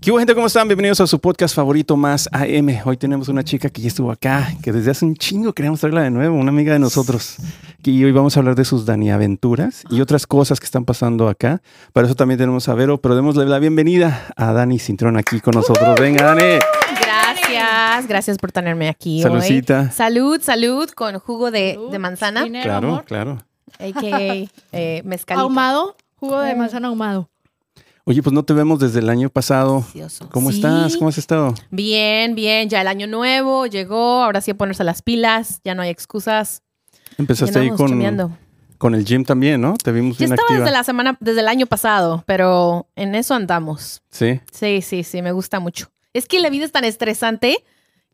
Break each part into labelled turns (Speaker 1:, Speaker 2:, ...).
Speaker 1: ¿Qué hubo, gente? ¿Cómo están? Bienvenidos a su podcast favorito más AM. Hoy tenemos una chica que ya estuvo acá, que desde hace un chingo queríamos traerla de nuevo, una amiga de nosotros. Y hoy vamos a hablar de sus Daniaventuras y otras cosas que están pasando acá. Para eso también tenemos a Vero, pero démosle la bienvenida a Dani Cintrón aquí con nosotros. Venga, Dani.
Speaker 2: Gracias, gracias por tenerme aquí hoy.
Speaker 1: Saludcita.
Speaker 2: Salud, salud con jugo de, de manzana,
Speaker 3: Dinero,
Speaker 1: Claro,
Speaker 3: amor.
Speaker 1: claro.
Speaker 2: a.k.a. eh, mezcalito.
Speaker 3: Ahumado, jugo de manzana ahumado.
Speaker 1: Oye, pues no te vemos desde el año pasado.
Speaker 2: Delicioso.
Speaker 1: ¿Cómo
Speaker 2: Sí.
Speaker 1: estás? ¿Cómo has estado?
Speaker 2: Bien, bien, ya el año nuevo llegó, ahora sí a ponerse las pilas, ya no hay excusas. Ya
Speaker 1: Empezaste ahí
Speaker 2: andamos
Speaker 1: con,
Speaker 2: chambeando.
Speaker 1: con el gym también, ¿no? Te vimos
Speaker 2: Yo
Speaker 1: bien
Speaker 2: estaba
Speaker 1: activa.
Speaker 2: desde la semana, desde el año pasado, pero en eso andamos.
Speaker 1: Sí.
Speaker 2: Sí, sí, sí, me gusta mucho. Es que la vida es tan estresante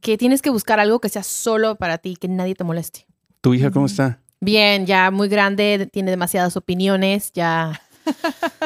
Speaker 2: que tienes que buscar algo que sea solo para ti, que nadie te moleste.
Speaker 1: ¿Tu hija cómo está?
Speaker 2: Bien, ya muy grande, tiene demasiadas opiniones, ya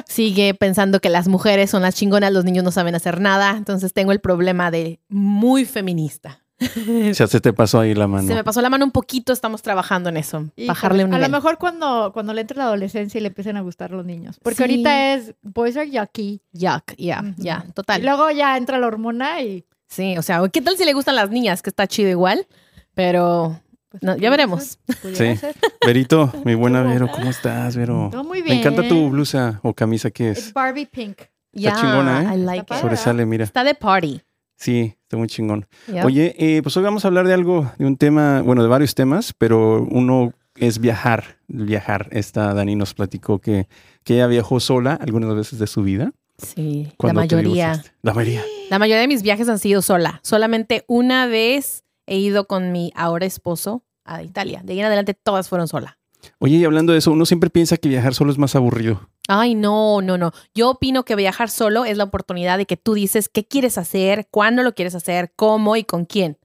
Speaker 2: sigue pensando que las mujeres son las chingonas, los niños no saben hacer nada, entonces tengo el problema de muy feminista.
Speaker 1: Ya se te pasó ahí la mano.
Speaker 2: Se me pasó la mano un poquito, estamos trabajando en eso, bajarle un
Speaker 3: A lo
Speaker 2: nivel.
Speaker 3: mejor cuando, cuando le entre la adolescencia y le empiecen a gustar los niños. Porque
Speaker 2: Sí.
Speaker 3: ahorita es boys are yucky.
Speaker 2: Yuck, ya,
Speaker 3: Ujú.
Speaker 2: ya,
Speaker 3: Y
Speaker 2: total.
Speaker 3: luego ya entra la hormona y.
Speaker 2: Sí, o sea, ¿qué tal si le gustan las niñas? Que está chido igual, pero
Speaker 3: pues,
Speaker 2: No, ya
Speaker 3: pudiera
Speaker 2: veremos.
Speaker 3: ser, pudiera
Speaker 1: Sí.
Speaker 3: ser.
Speaker 1: Verito, mi buena Vero, ¿cómo estás, Vero?
Speaker 3: Todo muy bien.
Speaker 1: Me encanta tu blusa o camisa que
Speaker 3: Es
Speaker 1: es.
Speaker 3: Barbie Pink.
Speaker 2: ya,
Speaker 1: chingona, ¿eh?
Speaker 2: I like it.
Speaker 3: padre.
Speaker 1: Sobresale, mira.
Speaker 2: Está de party.
Speaker 1: Sí, está muy chingón.
Speaker 2: Yup.
Speaker 1: Oye, eh, pues hoy vamos a hablar de algo, de un tema, bueno, de varios temas, pero uno es viajar, viajar. Esta Dani nos platicó que, que ella viajó sola algunas veces de su vida.
Speaker 2: sí, la
Speaker 1: cuando te
Speaker 2: mayoría.
Speaker 1: divorciaste. La mayoría.
Speaker 2: La mayoría de mis viajes han sido sola. Solamente una vez he ido con mi ahora esposo a Italia. De ahí en adelante todas fueron sola.
Speaker 1: Oye, y hablando de eso, uno siempre piensa que viajar solo es más aburrido.
Speaker 2: Ay, no, no, no. Yo opino que viajar solo es la oportunidad de que tú dices qué quieres hacer, cuándo lo quieres hacer, cómo y con quién.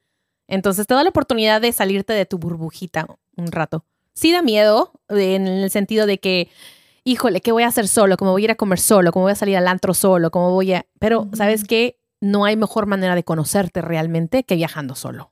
Speaker 2: Entonces te da la oportunidad de salirte de tu burbujita un rato. Sí da miedo eh, en el sentido de que, híjole, ¿qué voy a hacer solo? ¿Cómo voy a ir a comer solo? ¿Cómo voy a salir al antro solo? ¿Cómo voy a...? Pero,
Speaker 3: Ujú.
Speaker 2: ¿sabes qué? No hay mejor manera de conocerte realmente que viajando solo.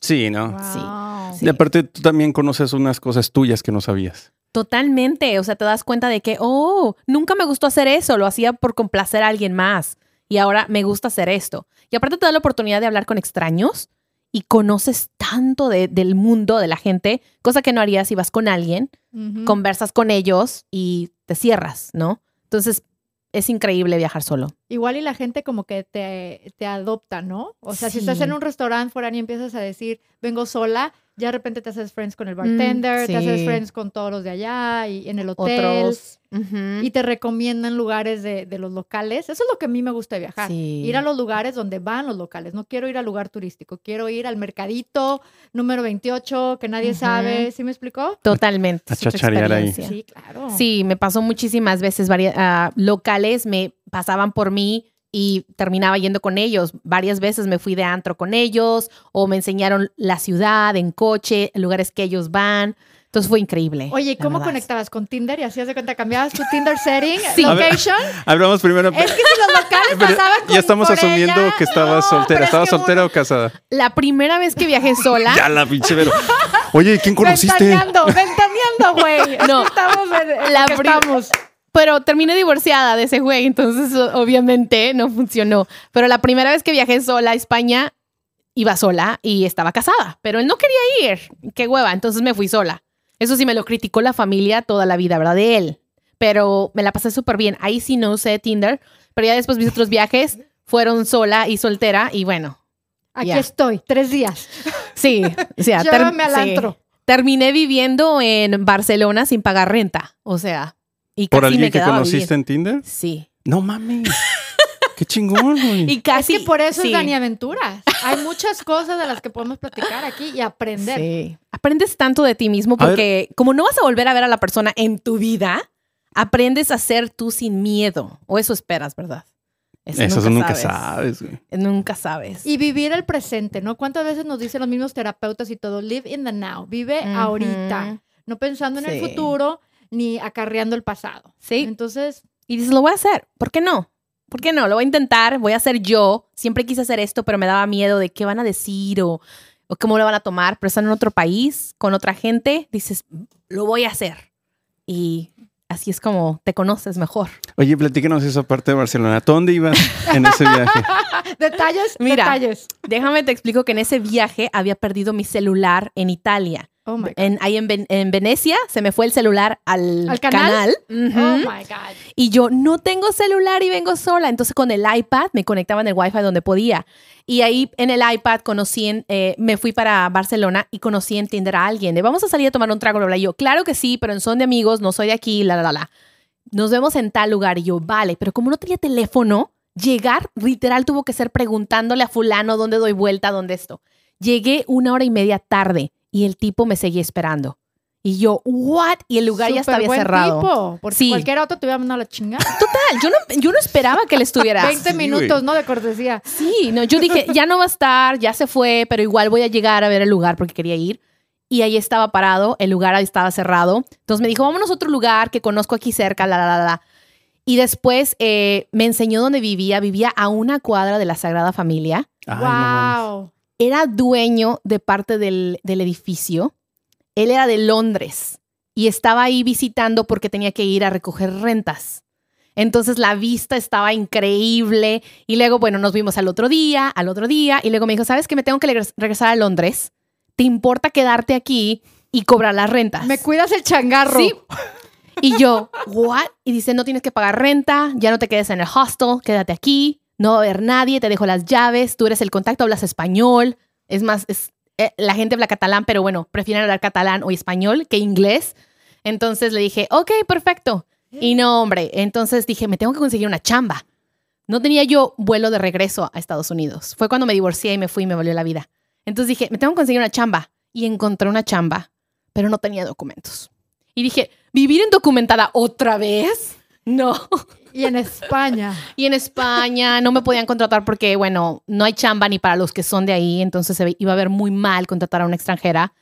Speaker 1: Sí, ¿no?
Speaker 3: Wow.
Speaker 2: Sí.
Speaker 1: Y aparte, tú también conoces unas cosas tuyas que no sabías.
Speaker 2: Totalmente, o sea, te das cuenta de que, oh, nunca me gustó hacer eso, lo hacía por complacer a alguien más y ahora me gusta hacer esto. Y aparte te da la oportunidad de hablar con extraños y conoces tanto de- del mundo, de la gente, cosa que no harías si vas con alguien,
Speaker 3: Ujú.
Speaker 2: conversas con ellos y te cierras, ¿no? Entonces, es increíble viajar solo.
Speaker 3: Igual y la gente como que te, te adopta, ¿no? O sea,
Speaker 2: Sí.
Speaker 3: si estás en un restaurante fuera y empiezas a decir, vengo sola, ya de repente te haces friends con el bartender,
Speaker 2: Mm, sí.
Speaker 3: te haces friends con todos los de allá y en el hotel.
Speaker 2: Otros.
Speaker 3: y te recomiendan lugares de, de los locales. Eso es lo que a mí me gusta de viajar.
Speaker 2: Sí.
Speaker 3: Ir a los lugares donde van los locales. No quiero ir al lugar turístico. Quiero ir al mercadito número 28 que nadie
Speaker 2: Ujú.
Speaker 3: sabe. ¿Sí me explicó?
Speaker 2: Totalmente.
Speaker 1: A
Speaker 2: es otra
Speaker 1: chacharear ahí.
Speaker 2: experiencia.
Speaker 3: Sí, claro.
Speaker 2: Sí, me pasó muchísimas veces. varia- ah, locales me pasaban por mí y terminaba yendo con ellos. Varias veces me fui de antro con ellos o me enseñaron la ciudad en coche, lugares que ellos van. Entonces fue increíble.
Speaker 3: Oye, ¿y
Speaker 2: la
Speaker 3: ¿cómo
Speaker 2: verdad.
Speaker 3: conectabas con Tinder y hacías de cuenta? ¿Cambiabas tu Tinder setting?
Speaker 2: Sí. A
Speaker 1: ver.
Speaker 3: ¿Location?
Speaker 1: Hablamos primero.
Speaker 3: Es que si los locales
Speaker 1: Pero
Speaker 3: pasaban con
Speaker 1: ya estamos
Speaker 3: por
Speaker 1: asumiendo
Speaker 3: ella,
Speaker 1: que estabas
Speaker 3: no,
Speaker 1: soltera.
Speaker 3: pero es
Speaker 1: ¿Estabas
Speaker 3: que
Speaker 1: soltera
Speaker 3: uno-
Speaker 1: o casada?
Speaker 2: La primera vez que viajé sola.
Speaker 1: Ya la pinche Vero. Oye, ¿quién
Speaker 3: Pues
Speaker 1: conociste?
Speaker 3: Ventaneando, ventaneando, güey.
Speaker 2: No.
Speaker 3: No. Estamos en, en
Speaker 2: La
Speaker 3: lo que
Speaker 2: pri-
Speaker 3: estamos.
Speaker 2: Pero terminé divorciada de ese güey, entonces o- obviamente no funcionó. Pero la primera vez que viajé sola a España, iba sola y estaba casada, pero él no quería ir. Qué hueva, entonces me fui sola. Eso sí, me lo criticó la familia toda la vida, ¿verdad? De él. Pero me la pasé súper bien. Ahí sí no usé Tinder, pero ya después mis otros viajes fueron sola y soltera y bueno,
Speaker 3: Aquí
Speaker 2: Ya.
Speaker 3: estoy, tres días.
Speaker 2: sí. O sea, ter-
Speaker 3: Llévame al
Speaker 2: sí.
Speaker 3: antro.
Speaker 2: Terminé viviendo en Barcelona sin pagar renta, o sea, y
Speaker 1: ¿Por
Speaker 2: casi me
Speaker 1: alguien que
Speaker 2: quedaba a vivir.
Speaker 1: conociste en Tinder?
Speaker 2: Sí.
Speaker 1: No mames. Qué chingón, güey.
Speaker 2: Y casi.
Speaker 3: Es que por eso
Speaker 2: sí.
Speaker 3: es Dani Aventuras. Hay muchas cosas de las que podemos platicar aquí y aprender.
Speaker 2: Sí. Aprendes tanto de ti mismo
Speaker 1: A ver.
Speaker 2: porque como no vas a volver a ver a la persona en tu vida, aprendes a ser tú sin miedo. O eso esperas, ¿verdad?
Speaker 1: Eso nunca sabes, güey.
Speaker 2: Nunca sabes.
Speaker 3: Y vivir el presente, ¿no? ¿Cuántas veces nos dicen los mismos terapeutas y todo? Live in the now, vive
Speaker 2: Ujú.
Speaker 3: ahorita, no pensando en
Speaker 2: Sí.
Speaker 3: el futuro ni acarreando el pasado.
Speaker 2: Sí.
Speaker 3: Entonces,
Speaker 2: Y dices, lo voy a hacer. ¿Por qué no? ¿Por qué no? Lo voy a intentar, voy a hacer yo. Siempre quise hacer esto, pero me daba miedo de qué van a decir o, o cómo lo van a tomar. Pero están en otro país, con otra gente. Dices, lo voy a hacer. Y Así es como te conoces mejor.
Speaker 1: Oye, platícanos esa parte de Barcelona. ¿Dónde ibas en ese viaje?
Speaker 3: Detalles,
Speaker 2: Mira.
Speaker 3: detalles.
Speaker 2: Déjame te explico que en ese viaje había perdido mi celular en Italia.
Speaker 3: Oh my God.
Speaker 2: En, ahí en, Ven- en Venecia se me fue el celular al,
Speaker 3: ¿Al canal?
Speaker 2: canal.
Speaker 3: Oh
Speaker 2: Ujú.
Speaker 3: my God.
Speaker 2: Y yo no tengo celular y vengo sola. Entonces con el iPad me conectaba en el Wi-Fi donde podía. Y ahí en el iPad conocí, en, eh, me fui para Barcelona y conocí en Tinder a alguien. De, Vamos a salir a tomar un trago, bla, bla. Y yo, claro que sí, pero en son de amigos, no soy de aquí, la, la, la, la. Nos vemos en tal lugar. Y yo, vale, pero como no tenía teléfono, llegar literal tuvo que ser preguntándole a fulano dónde doy vuelta, dónde esto. Llegué una hora y media tarde y el tipo me seguía esperando. Y yo, ¿what? Y el lugar ya
Speaker 3: Súper
Speaker 2: estaba
Speaker 3: buen
Speaker 2: cerrado.
Speaker 3: tipo, porque
Speaker 2: Sí.
Speaker 3: cualquier otro te hubiera mandado a la chingada.
Speaker 2: Total, yo no, yo no esperaba que le estuviera.
Speaker 3: 20
Speaker 1: Sí, güey.
Speaker 3: minutos, ¿no? De cortesía.
Speaker 2: Sí, no, yo dije, ya no va a estar, ya se fue, pero igual voy a llegar a ver el lugar porque quería ir. Y ahí estaba parado, el lugar ahí estaba cerrado. Entonces me dijo, vámonos a otro lugar que conozco aquí cerca, la, la, la, la. Y después eh, me enseñó dónde vivía. Vivía a una cuadra de la Sagrada Familia.
Speaker 1: Ay, no mames.
Speaker 3: wow.
Speaker 2: Era dueño de parte del, del edificio. Él era de Londres y estaba ahí visitando porque tenía que ir a recoger rentas. Entonces la vista estaba increíble y luego, bueno, nos vimos al otro día, al otro día y luego me dijo, ¿sabes que me tengo que regres- regresar a Londres? ¿Te importa quedarte aquí y cobrar las rentas?
Speaker 3: Me cuidas el changarro.
Speaker 2: Sí. Y yo, ¿what? Y dice, no tienes que pagar renta, ya no te quedes en el hostel, quédate aquí, no va a haber nadie, te dejo las llaves, tú eres el contacto, hablas español. Es más, es, eh, la gente habla catalán, pero bueno, prefieren hablar catalán o español que inglés. Entonces le dije, ok, perfecto. Y no, hombre, entonces dije, me tengo que conseguir una chamba. No tenía yo vuelo de regreso a Estados Unidos. Fue cuando me divorcié y me fui y me volvió la vida. Entonces dije, me tengo que conseguir una chamba. Y encontré una chamba, pero no tenía documentos. Y dije, ¿vivir indocumentada otra vez? No.
Speaker 3: Y en España.
Speaker 2: Y en España no me podían contratar porque, bueno, no hay chamba ni para los que son de ahí, entonces se ve- iba a ver muy mal contratar a una extranjera.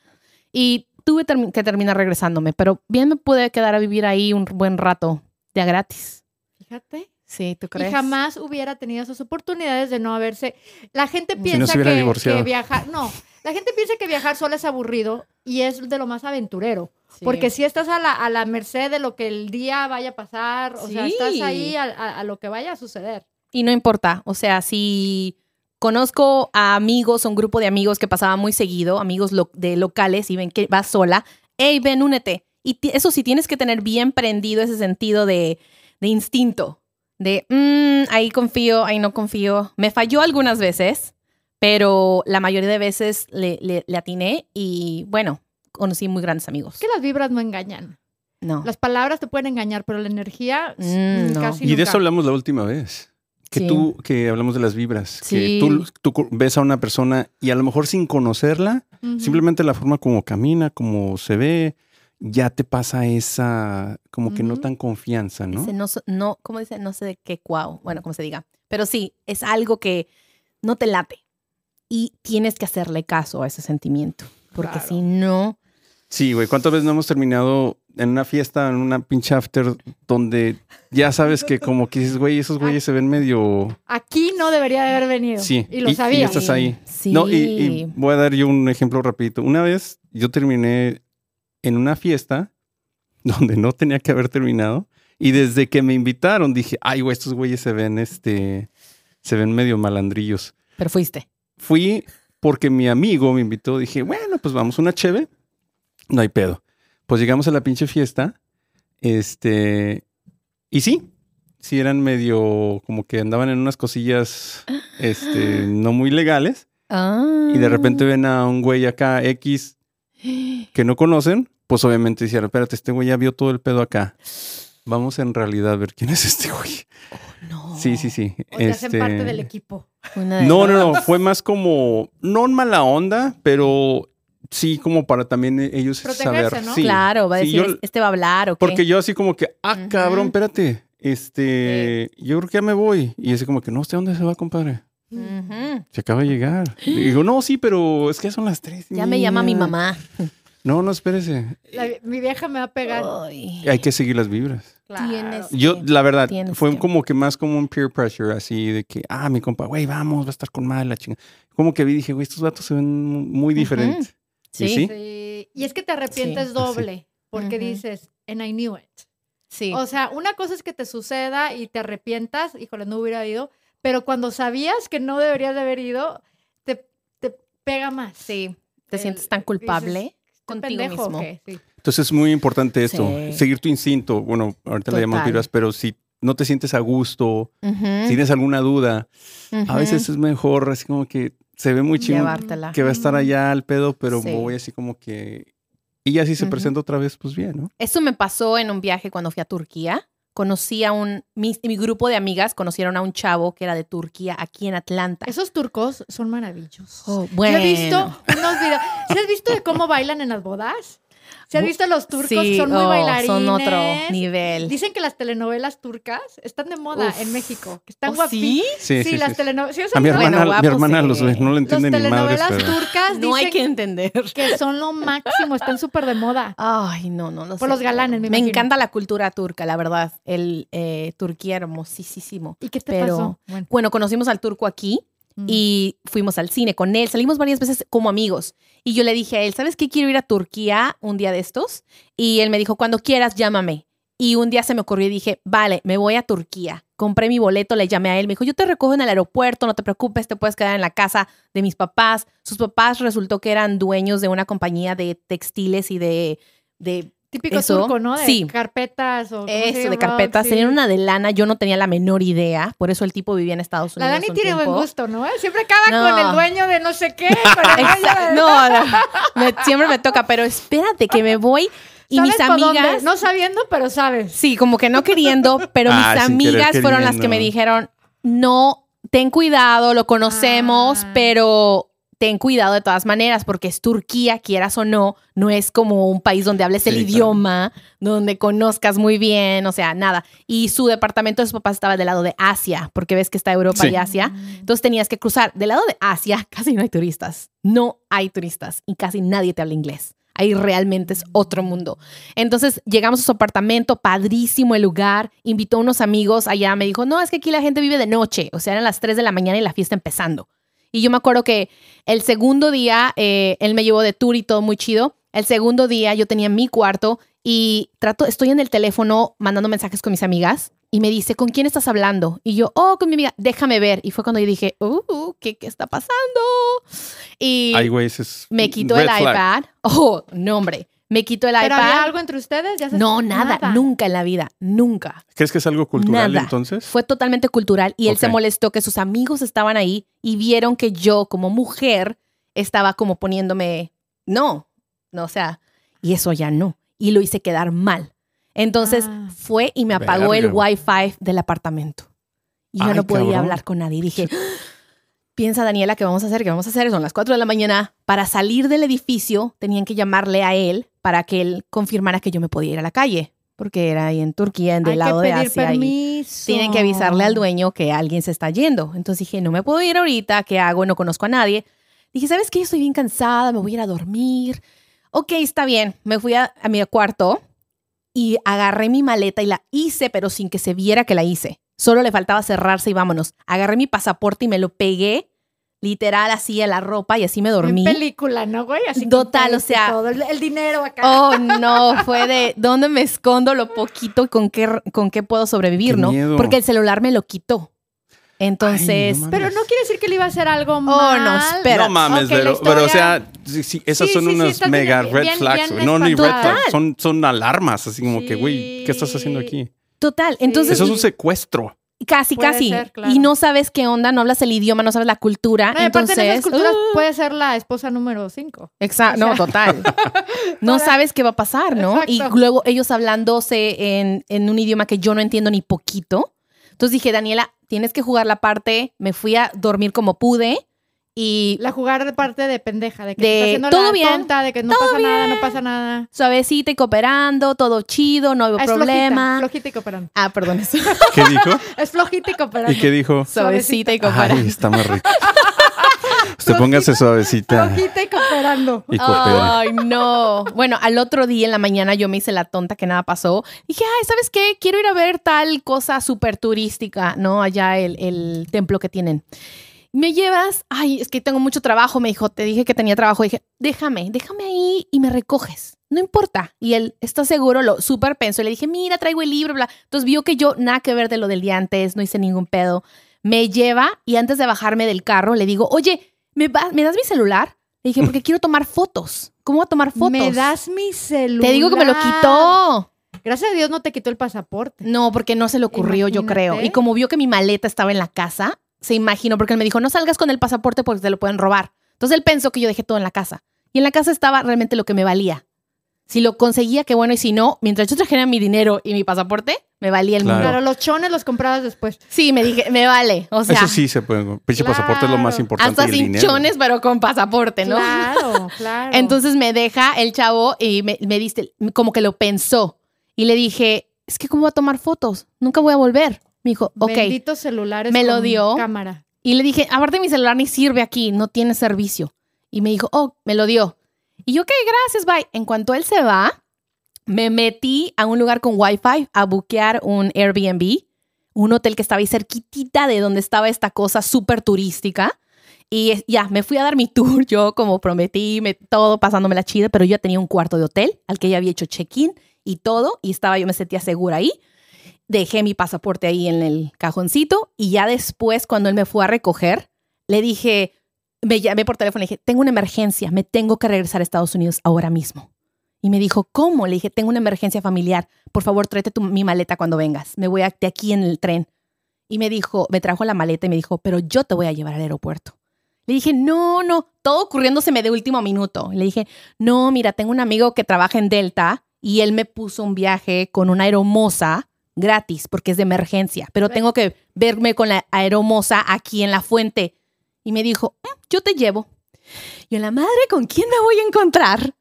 Speaker 2: Y tuve termi- que terminar regresándome, pero bien me pude quedar a vivir ahí un buen rato, de a gratis.
Speaker 3: Fíjate.
Speaker 2: Sí, ¿tú
Speaker 3: Y jamás hubiera tenido esas oportunidades de no haberse. La gente
Speaker 2: Si no
Speaker 3: piensa
Speaker 1: se hubiera
Speaker 3: que,
Speaker 1: divorciado.
Speaker 3: que viajar. No, la gente piensa que viajar sola es aburrido y es de lo más aventurero. Porque
Speaker 2: Porque
Speaker 3: si estás a la, a la merced de lo que el día vaya a pasar, o sea,
Speaker 2: Sí.
Speaker 3: estás ahí a, a- a lo que vaya a suceder.
Speaker 2: Y no importa, o sea, si conozco a amigos, un grupo de amigos que pasaba muy seguido, amigos lo- de locales, y ven que vas sola, hey, ven, únete. Y ti- eso sí, tienes que tener bien prendido ese sentido de, de instinto, de, "Mm, ahí confío, ahí no confío. Me falló algunas veces, pero la mayoría de veces le, le- le atiné y bueno, conocí muy grandes amigos.
Speaker 3: Es que las vibras no engañan.
Speaker 2: No.
Speaker 3: Las palabras te pueden engañar, pero la energía s-
Speaker 2: Mm,
Speaker 3: mm,
Speaker 2: no.
Speaker 3: casi
Speaker 1: Y de eso
Speaker 3: nunca.
Speaker 1: hablamos la última vez. Que
Speaker 2: Sí.
Speaker 1: tú, que hablamos de las vibras.
Speaker 2: Sí.
Speaker 1: Que tú, tú co- ves a una persona y a lo mejor sin conocerla,
Speaker 3: Ujú.
Speaker 1: simplemente la forma como camina, como se ve, ya te pasa esa, como que no
Speaker 3: Ujú.
Speaker 1: tan confianza, ¿no?
Speaker 2: Dice, no, so- no, ¿cómo dice? No sé de qué cuau. Bueno, como se diga. Pero sí, es algo que no te late. Y tienes que hacerle caso a ese sentimiento. Porque
Speaker 3: Claro.
Speaker 2: si no,
Speaker 1: Sí, güey. ¿Cuántas veces no hemos terminado en una fiesta, en una pinche after, donde ya sabes que como que dices, güey, esos güeyes se ven medio...
Speaker 3: Aquí no debería de haber venido.
Speaker 1: Sí.
Speaker 3: Y lo sabía.
Speaker 1: estás ahí.
Speaker 2: Sí.
Speaker 1: No, y, y voy a dar yo un ejemplo rapidito. Una vez yo terminé en una fiesta donde no tenía que haber terminado y desde que me invitaron dije, ay, güey, estos güeyes se ven, este, se ven medio malandrillos.
Speaker 2: pero fuiste.
Speaker 1: Fui porque mi amigo me invitó, dije, bueno, pues vamos una cheve, no hay pedo. Pues llegamos a la pinche fiesta, este, y sí, sí eran medio, como que andaban en unas cosillas, este, no muy legales.
Speaker 2: Ah.
Speaker 1: Y de
Speaker 3: Mm.
Speaker 1: repente ven a un güey acá, X,
Speaker 2: Ah.
Speaker 1: que no conocen, pues obviamente dijeron, espérate, este güey ya vio todo el pedo acá. Vamos en realidad a ver quién es este güey.
Speaker 2: No.
Speaker 1: Sí, sí, sí.
Speaker 3: Oh. O te
Speaker 1: este-
Speaker 3: hacen parte del equipo.
Speaker 2: Una de
Speaker 1: No, no, no, fue más como, no en mala onda, pero sí como para también e- ellos
Speaker 3: Protegerse,
Speaker 1: saber.
Speaker 3: ¿no?
Speaker 1: Sí,
Speaker 2: Claro, va a
Speaker 1: sí,
Speaker 2: decir,
Speaker 1: yo-
Speaker 2: este va a hablar o qué.
Speaker 1: porque yo así como que, ah,
Speaker 2: Ujú.
Speaker 1: cabrón, espérate, este, yo creo que ya me voy. Y así como que, no, ¿usted dónde se va, compadre?
Speaker 2: Ujú.
Speaker 1: Se acaba de llegar. Y digo, no, sí, pero es que ya son las tres.
Speaker 2: Ya me llama mi
Speaker 1: niña".
Speaker 2: mamá.
Speaker 1: No, no, espérese.
Speaker 3: La- mi vieja me va a pegar.
Speaker 2: Ay.
Speaker 1: Hay que seguir las vibras.
Speaker 3: Claro.
Speaker 2: Tienes-
Speaker 1: Yo,
Speaker 2: Sí,
Speaker 1: la verdad,
Speaker 2: tienes
Speaker 1: fue
Speaker 2: que-
Speaker 1: como que más como un peer pressure, así de que, ah, mi compa, güey, vamos, va a estar con madre la chinga. Como que vi, dije, güey, estos vatos se ven muy diferentes.
Speaker 2: Sí.
Speaker 1: sí?
Speaker 3: Sí. Y es que te arrepientes
Speaker 1: Sí.
Speaker 3: doble, porque
Speaker 2: Ujú.
Speaker 3: dices, and I knew it.
Speaker 2: Sí.
Speaker 3: O sea, una cosa es que te suceda y te arrepientas, híjole, no hubiera ido, pero cuando sabías que no deberías de haber ido, te, te pega más.
Speaker 2: sí. Te
Speaker 3: el-
Speaker 2: sientes tan culpable contigo
Speaker 3: pendejo,
Speaker 2: mismo.
Speaker 3: o qué? Sí.
Speaker 1: Entonces es muy importante esto,
Speaker 2: Sí.
Speaker 1: seguir tu instinto. Bueno, ahorita le llamamos
Speaker 2: Total.
Speaker 1: vibras, pero si no te sientes a gusto,
Speaker 2: Ujú,
Speaker 1: si tienes alguna duda,
Speaker 2: ujú.
Speaker 1: a veces es mejor, así como que se ve muy chingón
Speaker 2: Llevártela.
Speaker 1: que va a
Speaker 3: Mm.
Speaker 1: estar allá al pedo, pero
Speaker 2: Sí.
Speaker 1: voy así como que... Y ya si se
Speaker 2: Ujú.
Speaker 1: presenta otra vez, pues bien, ¿no?
Speaker 2: Eso me pasó en un viaje cuando fui a Turquía. Conocí a un. Mi, mi grupo de amigas conocieron a un chavo que era de Turquía aquí en Atlanta.
Speaker 3: Esos turcos son maravillosos.
Speaker 2: Oh,
Speaker 3: Yo
Speaker 2: bueno.
Speaker 3: he visto unos videos. ¿Sí has visto de cómo bailan en las bodas? ¿Se has
Speaker 2: Bu-
Speaker 3: visto a los turcos?
Speaker 2: Sí,
Speaker 3: son muy
Speaker 2: oh,
Speaker 3: bailarines.
Speaker 2: Son otro nivel.
Speaker 3: Dicen que las telenovelas turcas están de moda
Speaker 2: Uf.
Speaker 3: en México. que Están
Speaker 2: Oh,
Speaker 3: guapísimas.
Speaker 2: ¿Sí?
Speaker 1: Sí, sí, sí.
Speaker 3: las telenovelas. ¿sí has
Speaker 1: A mi
Speaker 3: oído?
Speaker 2: Bueno,
Speaker 1: hermana, mi
Speaker 2: guapos,
Speaker 1: hermana
Speaker 2: sí.
Speaker 1: los ve, no le
Speaker 3: las
Speaker 1: entiende ni madres,
Speaker 3: telenovelas
Speaker 1: pero...
Speaker 3: turcas
Speaker 2: No hay que
Speaker 3: dicen
Speaker 2: entender.
Speaker 3: que son lo máximo, están súper de moda.
Speaker 2: Ay, no, no lo
Speaker 3: Por
Speaker 2: sé.
Speaker 3: los galanes, me
Speaker 2: Me
Speaker 3: imagino.
Speaker 2: encanta la cultura turca, la verdad. El eh, Turquía hermosísimo.
Speaker 3: ¿Y qué te
Speaker 2: pero-
Speaker 3: pasó? Bueno,
Speaker 2: Bueno, conocimos al turco aquí
Speaker 3: mm.
Speaker 2: y fuimos al cine con él. Salimos varias veces como amigos. Y yo le dije a él, ¿sabes qué? Quiero ir a Turquía un día de estos. Y él me dijo, cuando quieras, llámame. Y un día se me ocurrió y dije, vale, me voy a Turquía. Compré mi boleto, le llamé a él. Me dijo, yo te recojo en el aeropuerto, no te preocupes, te puedes quedar en la casa de mis papás. Sus papás resultó que eran dueños de una compañía de textiles y de... de
Speaker 3: típico
Speaker 2: eso,
Speaker 3: turco, ¿no? De
Speaker 2: sí.
Speaker 3: carpetas o... ¿cómo se
Speaker 2: eso,
Speaker 3: llama?
Speaker 2: de carpetas.
Speaker 3: Sí.
Speaker 2: Tenían una de lana, yo no tenía la menor idea. Por eso el tipo vivía en Estados
Speaker 3: La
Speaker 2: Unidos.
Speaker 3: Dani
Speaker 2: un
Speaker 3: tiene buen
Speaker 2: tiempo.
Speaker 3: gusto, ¿no? Siempre acaba con
Speaker 2: No.
Speaker 3: el dueño de no sé qué. con el dueño
Speaker 2: Exacto.
Speaker 3: de-
Speaker 2: No, no. Me- siempre me toca, pero espérate que me voy y
Speaker 3: ¿Sabes
Speaker 2: mis
Speaker 3: por dónde?
Speaker 2: amigas.
Speaker 3: No sabiendo, pero sabes.
Speaker 2: Sí, como que no queriendo, pero
Speaker 1: Ah,
Speaker 2: mis
Speaker 1: sin querer
Speaker 2: amigas fueron las que
Speaker 1: queriendo.
Speaker 2: me dijeron, no, ten cuidado, lo conocemos,
Speaker 3: Ah.
Speaker 2: pero ten cuidado de todas maneras, porque es Turquía, quieras o no, no es como un país donde hables el
Speaker 1: Sí, claro.
Speaker 2: idioma, donde conozcas muy bien, o sea, nada. Y su departamento de sus papás estaba del lado de Asia, porque ves que está Europa
Speaker 1: Sí.
Speaker 2: y
Speaker 3: Mm.
Speaker 2: Asia. Entonces tenías que cruzar. Del lado de Asia casi no hay turistas. No hay turistas y casi nadie te habla inglés. Ahí realmente es otro mundo. Entonces llegamos a su apartamento, padrísimo el lugar. Invitó a unos amigos allá. Me dijo, no, es que aquí la gente vive de noche. O sea, eran las 3 de la mañana y la fiesta empezando. Y yo me acuerdo que el segundo día, eh, él me llevó de tour y todo muy chido. El segundo día yo tenía mi cuarto y trato, estoy en el teléfono mandando mensajes con mis amigas y me dice, ¿con quién estás hablando? Y yo, oh, con mi amiga, déjame ver. Y fue cuando yo dije, uh, ¿qué, qué está pasando? Y
Speaker 1: Ay, güey, ese es
Speaker 2: me quitó
Speaker 1: red
Speaker 2: el
Speaker 1: flag.
Speaker 2: iPad. Oh, no, hombre. Me quitó el
Speaker 3: ¿Pero había
Speaker 2: iPad.
Speaker 3: algo entre ustedes? ¿Ya se-
Speaker 2: No, nada, nunca en la vida, nunca.
Speaker 1: ¿Crees que es algo cultural
Speaker 2: Nada.
Speaker 1: entonces?
Speaker 2: Fue totalmente cultural y él se
Speaker 1: Ok.
Speaker 2: molestó que sus amigos estaban ahí y vieron que yo como mujer estaba como poniéndome, no, no, o sea, y eso ya no. Y lo hice quedar mal. Entonces
Speaker 3: Ah.
Speaker 2: fue y me apagó el
Speaker 1: Verga.
Speaker 2: wifi del apartamento. Y yo
Speaker 1: Ay,
Speaker 2: no podía
Speaker 1: cabrón.
Speaker 2: hablar con nadie. Y dije, piensa Daniela, ¿qué vamos a hacer? ¿Qué vamos a hacer? Son las 4 de la mañana. Para salir del edificio tenían que llamarle a él para que él confirmara que yo me podía ir a la calle. Porque era ahí en Turquía, en
Speaker 3: Hay
Speaker 2: del lado
Speaker 3: que
Speaker 2: de
Speaker 3: pedir
Speaker 2: Asia. y-
Speaker 3: permiso.
Speaker 2: tienen que avisarle al dueño que alguien se está yendo. Entonces dije, no me puedo ir ahorita, ¿qué hago? No conozco a nadie. Dije, ¿sabes qué? Estoy bien cansada, me voy a ir a dormir. Ok, está bien. Me fui a, a mi cuarto y agarré mi maleta y la hice, pero sin que se viera que la hice. Solo le faltaba cerrarse y vámonos. Agarré mi pasaporte y me lo pegué literal así a la ropa y así me
Speaker 3: En
Speaker 2: dormí.
Speaker 3: película, ¿no, güey? Así con
Speaker 2: Total, o
Speaker 3: pelos y
Speaker 2: sea-
Speaker 3: todo. El, el dinero acá.
Speaker 2: Oh, no, fue de dónde me escondo lo poquito y con qué, con qué puedo sobrevivir,
Speaker 1: Qué
Speaker 2: ¿no?
Speaker 1: miedo.
Speaker 2: Porque el celular me lo quitó.
Speaker 1: Ay,
Speaker 2: Entonces,
Speaker 1: no mames.
Speaker 3: Pero no quiere decir que le iba a hacer algo
Speaker 2: Oh, no,
Speaker 3: mal.
Speaker 2: espera.
Speaker 1: No mames,
Speaker 3: Ok, la
Speaker 1: pero, pero, o
Speaker 3: historia-
Speaker 1: sea, sí, sí, esas
Speaker 3: Sí,
Speaker 1: son
Speaker 3: sí, sí,
Speaker 1: unas
Speaker 3: estás bien-
Speaker 1: mega red
Speaker 3: bien-
Speaker 1: flags,
Speaker 3: bien
Speaker 1: güey. no, ni red
Speaker 3: espantada.
Speaker 1: flags, son, son alarmas, así como que, güey,
Speaker 3: Sí.
Speaker 1: ¿qué estás haciendo aquí?
Speaker 2: total. Entonces,
Speaker 1: Eso es un secuestro.
Speaker 2: casi,
Speaker 3: Puede
Speaker 2: casi.
Speaker 3: ser, claro.
Speaker 2: Y no sabes qué onda, no hablas el idioma, no sabes la cultura.
Speaker 3: No, y aparte
Speaker 2: entonces,
Speaker 3: en esas culturas
Speaker 2: uh,
Speaker 3: puede ser la esposa número 5.
Speaker 2: exa-
Speaker 3: o sea.
Speaker 2: no, total. No
Speaker 3: Ahora-
Speaker 2: sabes qué va a pasar, ¿no?
Speaker 3: Exacto.
Speaker 2: Y luego ellos hablándose en, en un idioma que yo no entiendo ni poquito. Entonces dije, Daniela, tienes que jugar la parte. Me fui a dormir como pude y
Speaker 3: La jugar de parte de pendeja, de que
Speaker 2: De
Speaker 3: está haciendo
Speaker 2: todo
Speaker 3: la
Speaker 2: bien,
Speaker 3: tonta, de que no pasa nada, no pasa nada.
Speaker 2: suavecita y cooperando, todo chido, no hubo
Speaker 3: Ah, es
Speaker 2: problema.
Speaker 3: flojita, flojita y cooperando.
Speaker 2: Ah, perdón, eso.
Speaker 1: ¿Qué dijo?
Speaker 3: Es flojita y cooperando.
Speaker 1: ¿Y qué dijo?
Speaker 2: suavecita y
Speaker 1: Ay,
Speaker 2: cooperando.
Speaker 1: está muy rico. Usted póngase suavecita
Speaker 3: Flojita y cooperando.
Speaker 1: y coopere.
Speaker 3: Oh,
Speaker 2: Ay, no. Bueno, al otro día en la mañana yo me hice la tonta que nada pasó. Dije, ay, ¿sabes qué? Quiero ir a ver tal cosa súper turística, ¿no? Allá el, el templo que tienen. Me llevas, ay, es que tengo mucho trabajo, me dijo, te dije que tenía trabajo. Dije, déjame, déjame ahí y me recoges. no importa. Y él, está seguro? Lo súper pensó. Le dije, mira, traigo el libro, bla. Entonces vio que yo nada que ver de lo del día antes, no hice ningún pedo. Me lleva y antes de bajarme del carro le digo, oye, ¿me, va- ¿me das mi celular? Le dije, porque quiero tomar fotos. ¿Cómo voy a tomar fotos?
Speaker 3: Me das mi celular.
Speaker 2: Te digo que me lo quitó.
Speaker 3: Gracias a Dios no te quitó el pasaporte.
Speaker 2: No, porque no se le ocurrió, yo creo.
Speaker 3: Imagínate.
Speaker 2: Y como vio que mi maleta estaba en la casa, se imaginó, porque él me dijo, no salgas con el pasaporte porque te lo pueden robar. Entonces él pensó que yo dejé todo en la casa. Y en la casa estaba realmente lo que me valía. Si lo conseguía, qué bueno, y si no, mientras yo trajera mi dinero y mi pasaporte, me valía el
Speaker 1: Claro.
Speaker 3: Claro,
Speaker 2: mundo.
Speaker 3: los chones los comprabas después.
Speaker 2: Sí, me dije, me vale. O sea,
Speaker 1: Eso sí se puede. Pinche pasaporte es lo más
Speaker 3: Claro.
Speaker 1: importante.
Speaker 2: hasta
Speaker 1: y el
Speaker 2: sin
Speaker 1: dinero.
Speaker 2: chones, pero con pasaporte, ¿no?
Speaker 3: Claro, claro.
Speaker 2: Entonces me deja el chavo y me, me diste, como que lo pensó. Y le dije, es que cómo voy a tomar fotos, nunca voy a volver. Me dijo, ok.
Speaker 3: Benditos celulares
Speaker 2: Me lo
Speaker 3: con
Speaker 2: dio.
Speaker 3: cámara.
Speaker 2: Y le dije, aparte mi celular ni sirve aquí, no tiene servicio. Y me dijo, oh, me lo dio. Y yo, ok, gracias, bye. En cuanto él se va, me metí a un lugar con wifi a buquear un Airbnb, un hotel que estaba ahí cerquitita de donde estaba esta cosa súper turística. Y es- ya, me fui a dar mi tour, yo como prometí, me, todo pasándome la chida, pero yo ya tenía un cuarto de hotel al que ya había hecho check-in y todo, y estaba, yo me sentía segura ahí. Dejé mi pasaporte ahí en el cajoncito y ya después, cuando él me fue a recoger, le dije, me llamé por teléfono, le dije, tengo una emergencia, me tengo que regresar a Estados Unidos ahora mismo. Y me dijo, ¿cómo? Le dije, tengo una emergencia familiar, por favor, tráete tu- mi maleta cuando vengas, me voy a- de aquí en el tren. Y me dijo, me trajo la maleta y me dijo, pero yo te voy a llevar al aeropuerto. Le dije, no, no, todo ocurriéndoseme de último minuto. Le dije, no, mira, tengo un amigo que trabaja en Delta y él me puso un viaje con una aeromoza gratis porque es de emergencia, pero tengo que verme con la aeromoza aquí en la fuente. Y me dijo, "Mm, yo te llevo. Yo, la madre, ¿con quién me voy a encontrar?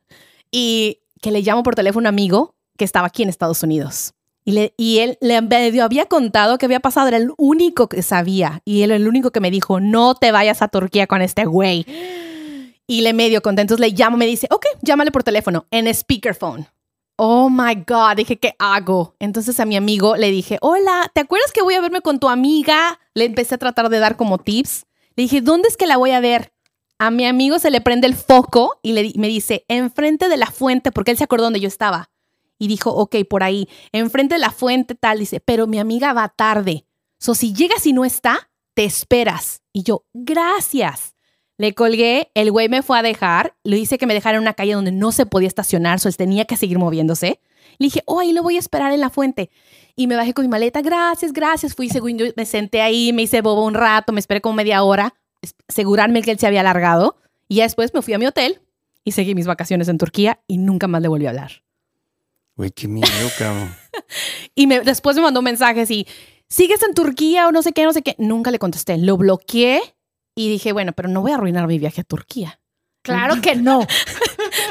Speaker 2: Y que le llamo por teléfono a un amigo que estaba aquí en Estados Unidos. Y, le- y él le medio había contado que había pasado, era el único que sabía. Y él el único que me dijo, no te vayas a Turquía con este güey. Y le medio conté. Entonces le llamo, me dice, ok, llámale por teléfono, en speakerphone. Oh my God, dije, ¿qué hago? Entonces a mi amigo le dije, hola, ¿te acuerdas que voy a verme con tu amiga? Le empecé a tratar de dar como tips. Le dije, ¿dónde es que la voy a ver? A mi amigo se le prende el foco y le, di- me dice, enfrente de la fuente, porque él se acordó donde yo estaba. Y dijo, ok, por ahí, enfrente de la fuente tal, dice, pero mi amiga va tarde. So, si llegas y no está, te esperas. Y yo, gracias. Le colgué, el güey me fue a dejar, le hice que me dejara en una calle donde no se podía estacionar, so él tenía que seguir moviéndose. Le dije, oh, ahí lo voy a esperar en la fuente. Y me bajé con mi maleta, gracias, gracias. Fui, según yo, me senté ahí, me hice bobo un rato, me esperé como media hora, es- asegurarme que él se había alargado. Y ya después me fui a mi hotel y seguí mis vacaciones en Turquía y nunca más le volví a hablar.
Speaker 1: Güey, qué miedo, cabrón.
Speaker 2: Y me, después me mandó mensajes y, ¿sigues en Turquía o no sé qué, no sé qué? Nunca le contesté. Lo bloqueé y dije, bueno, pero no voy a arruinar mi viaje a Turquía.
Speaker 3: Claro que no.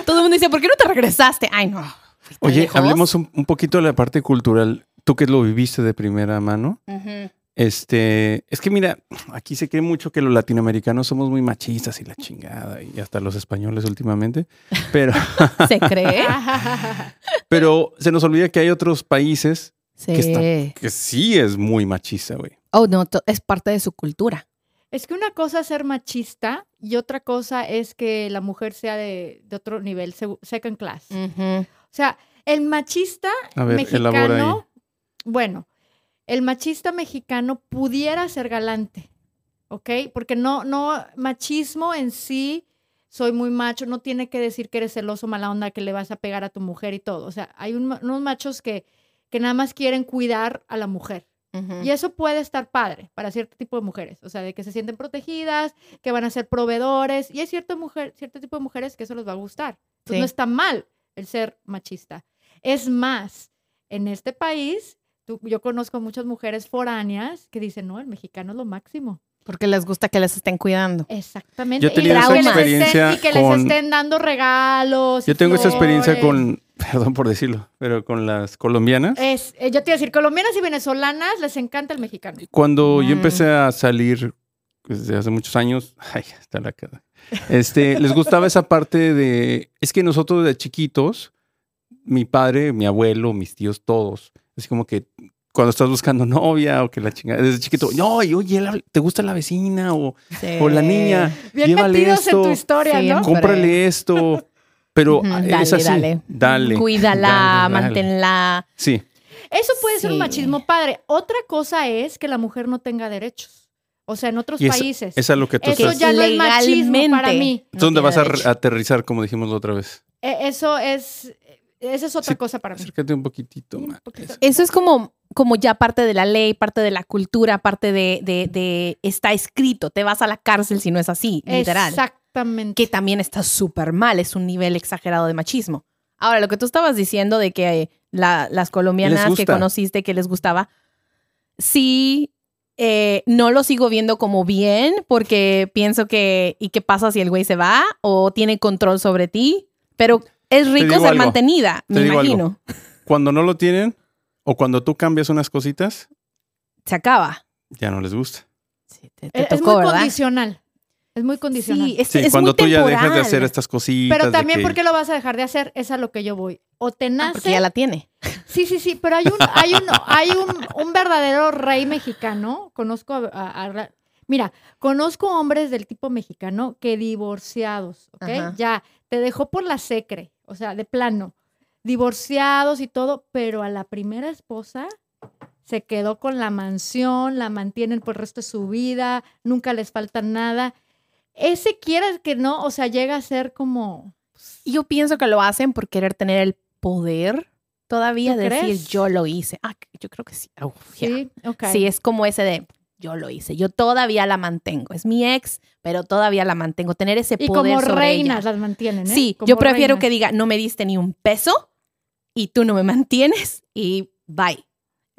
Speaker 2: Todo el mundo dice, ¿por qué no te regresaste? Ay, no. fui tan
Speaker 1: Oye,
Speaker 2: lejos.
Speaker 1: hablemos un, un poquito de la parte cultural. Tú que lo viviste de primera mano.
Speaker 2: Ujú.
Speaker 1: Este, es que mira, aquí se cree mucho que los latinoamericanos somos muy machistas y la chingada, y hasta los españoles últimamente, pero,
Speaker 2: ¿Se cree?
Speaker 1: pero se nos olvida que hay otros países
Speaker 2: sí.
Speaker 1: está- que sí es muy machista, güey.
Speaker 2: Oh, no, to- es parte de su cultura.
Speaker 3: Es que una cosa es ser machista y otra cosa es que la mujer sea de, de otro nivel, seg- second class. O sea, el machista
Speaker 1: A ver, elabora ahí.
Speaker 3: mexicano, bueno, el machista mexicano pudiera ser galante, ¿ok? Porque no, no, machismo en sí, soy muy macho, no tiene que decir que eres celoso, mala onda, que le vas a pegar a tu mujer y todo. O sea, hay un ma- unos machos que, que nada más quieren cuidar a la mujer. Y eso puede estar padre para cierto tipo de mujeres, o sea, de que se sienten protegidas, que van a ser proveedores, y hay cierto, mujer, cierto tipo de mujeres que eso les va a gustar. Entonces,
Speaker 2: Sí.
Speaker 3: no está mal el ser machista. Es más, en este país, tú- yo conozco muchas mujeres foráneas que dicen, no, el mexicano es lo máximo.
Speaker 2: Porque les gusta que les estén cuidando.
Speaker 3: Exactamente.
Speaker 1: Yo he tenido
Speaker 2: esa
Speaker 3: que les estén-
Speaker 1: experiencia
Speaker 3: y que
Speaker 1: con-
Speaker 3: les estén dando regalos. y
Speaker 1: Yo tengo esta experiencia
Speaker 3: flores.
Speaker 1: con, perdón por decirlo, pero con las colombianas.
Speaker 3: Es, eh, yo te iba a decir, colombianas y venezolanas les encanta el mexicano.
Speaker 1: Cuando
Speaker 2: Mm.
Speaker 1: yo empecé a salir pues, desde hace muchos años, ay, está la cara. Este, les gustaba esa parte de. Es que nosotros de chiquitos, mi padre, mi abuelo, mis tíos, todos, así como que cuando estás buscando novia o que la chingada, desde chiquito, no, y oye, la- ¿te gusta la vecina o, o la niña?
Speaker 2: Eh,
Speaker 3: Bien
Speaker 1: Llévale
Speaker 3: metidos en
Speaker 1: esto.
Speaker 3: tu historia,
Speaker 2: Sí,
Speaker 3: ¿no?
Speaker 2: Hombre.
Speaker 1: Cómprale esto. Pero
Speaker 2: Ujú,
Speaker 1: ah,
Speaker 2: dale,
Speaker 1: es así.
Speaker 2: dale.
Speaker 1: Dale.
Speaker 2: Cuídala,
Speaker 1: dale, dale.
Speaker 2: manténla.
Speaker 1: Sí,
Speaker 3: Eso puede ser un
Speaker 2: Sí.
Speaker 3: machismo padre. Otra cosa es que la mujer no tenga derechos. O sea, en otros
Speaker 1: Y esa-
Speaker 3: países.
Speaker 1: es a lo que tú
Speaker 3: Eso
Speaker 1: estás.
Speaker 3: ya no es machismo para
Speaker 2: legalmente
Speaker 3: mí.
Speaker 2: no
Speaker 1: ¿Dónde
Speaker 2: tiene
Speaker 1: vas a re-
Speaker 2: derecho.
Speaker 1: aterrizar, como dijimos la otra vez?
Speaker 3: E- Eso es. Esa es otra
Speaker 1: Sí,
Speaker 3: cosa para mí.
Speaker 1: Acércate un poquitito más.
Speaker 3: poquito.
Speaker 1: Eso.
Speaker 2: Eso es como, como ya parte de la ley, parte de la cultura, parte de, de, de- está escrito, te vas a la cárcel si no es así, literal.
Speaker 3: Exactamente.
Speaker 2: Que también está súper mal, es un nivel exagerado de machismo. Ahora, lo que tú estabas diciendo de que eh, la- las colombianas que
Speaker 1: gusta.
Speaker 2: conociste que les gustaba, sí, eh, no lo sigo viendo como bien porque pienso que, ¿y qué pasa si el güey se va o tiene control sobre ti? Pero es rico
Speaker 1: digo
Speaker 2: ser
Speaker 1: algo.
Speaker 2: mantenida,
Speaker 1: Te
Speaker 2: me
Speaker 1: digo algo.
Speaker 2: imagino.
Speaker 1: Cuando no lo tienen o cuando tú cambias unas cositas,
Speaker 2: Se acaba.
Speaker 1: ya no les gusta.
Speaker 2: Sí, te, te
Speaker 3: Eh, Es- E, es
Speaker 2: tocó,
Speaker 3: muy
Speaker 2: ¿verdad?
Speaker 3: condicional. Es muy condicional.
Speaker 2: Sí, es,
Speaker 1: Sí,
Speaker 2: es
Speaker 1: cuando
Speaker 2: muy
Speaker 1: tú ya dejas de
Speaker 2: temporal.
Speaker 1: hacer estas cositas.
Speaker 3: pero
Speaker 1: de
Speaker 3: también,
Speaker 1: que-
Speaker 3: ¿por qué lo vas a dejar de hacer? Es a lo que yo voy. O te
Speaker 2: Ah,
Speaker 3: nace.
Speaker 2: porque ya la tiene.
Speaker 3: Sí, sí, sí. Pero hay un, hay un, hay un, un verdadero rey mexicano. Conozco a, a- a- Mira, conozco hombres del tipo mexicano que divorciados, ¿ok?
Speaker 2: Ajá.
Speaker 3: Ya, te dejó por la secre, o sea, de plano. Divorciados y todo, pero a la primera esposa se quedó con la mansión, la mantienen por el resto de su vida, nunca les falta nada. Ese quieras que no, o sea, llega a ser como...
Speaker 2: Y Yo pienso que lo hacen por querer tener el poder todavía
Speaker 3: ¿Tú
Speaker 2: de
Speaker 3: crees?
Speaker 2: decir yo lo hice. Ah, que- yo creo que sí. Uf, ya.
Speaker 3: Sí, ok.
Speaker 2: Sí, es como ese de yo lo hice, yo todavía la mantengo. Es mi ex, pero todavía la mantengo. Tener ese
Speaker 3: y
Speaker 2: poder
Speaker 3: como
Speaker 2: sobre
Speaker 3: reinas
Speaker 2: ella.
Speaker 3: las mantienen, ¿eh?
Speaker 2: Sí,
Speaker 3: Como
Speaker 2: yo prefiero
Speaker 3: reinas.
Speaker 2: que diga no me diste ni un peso y tú no me mantienes y bye.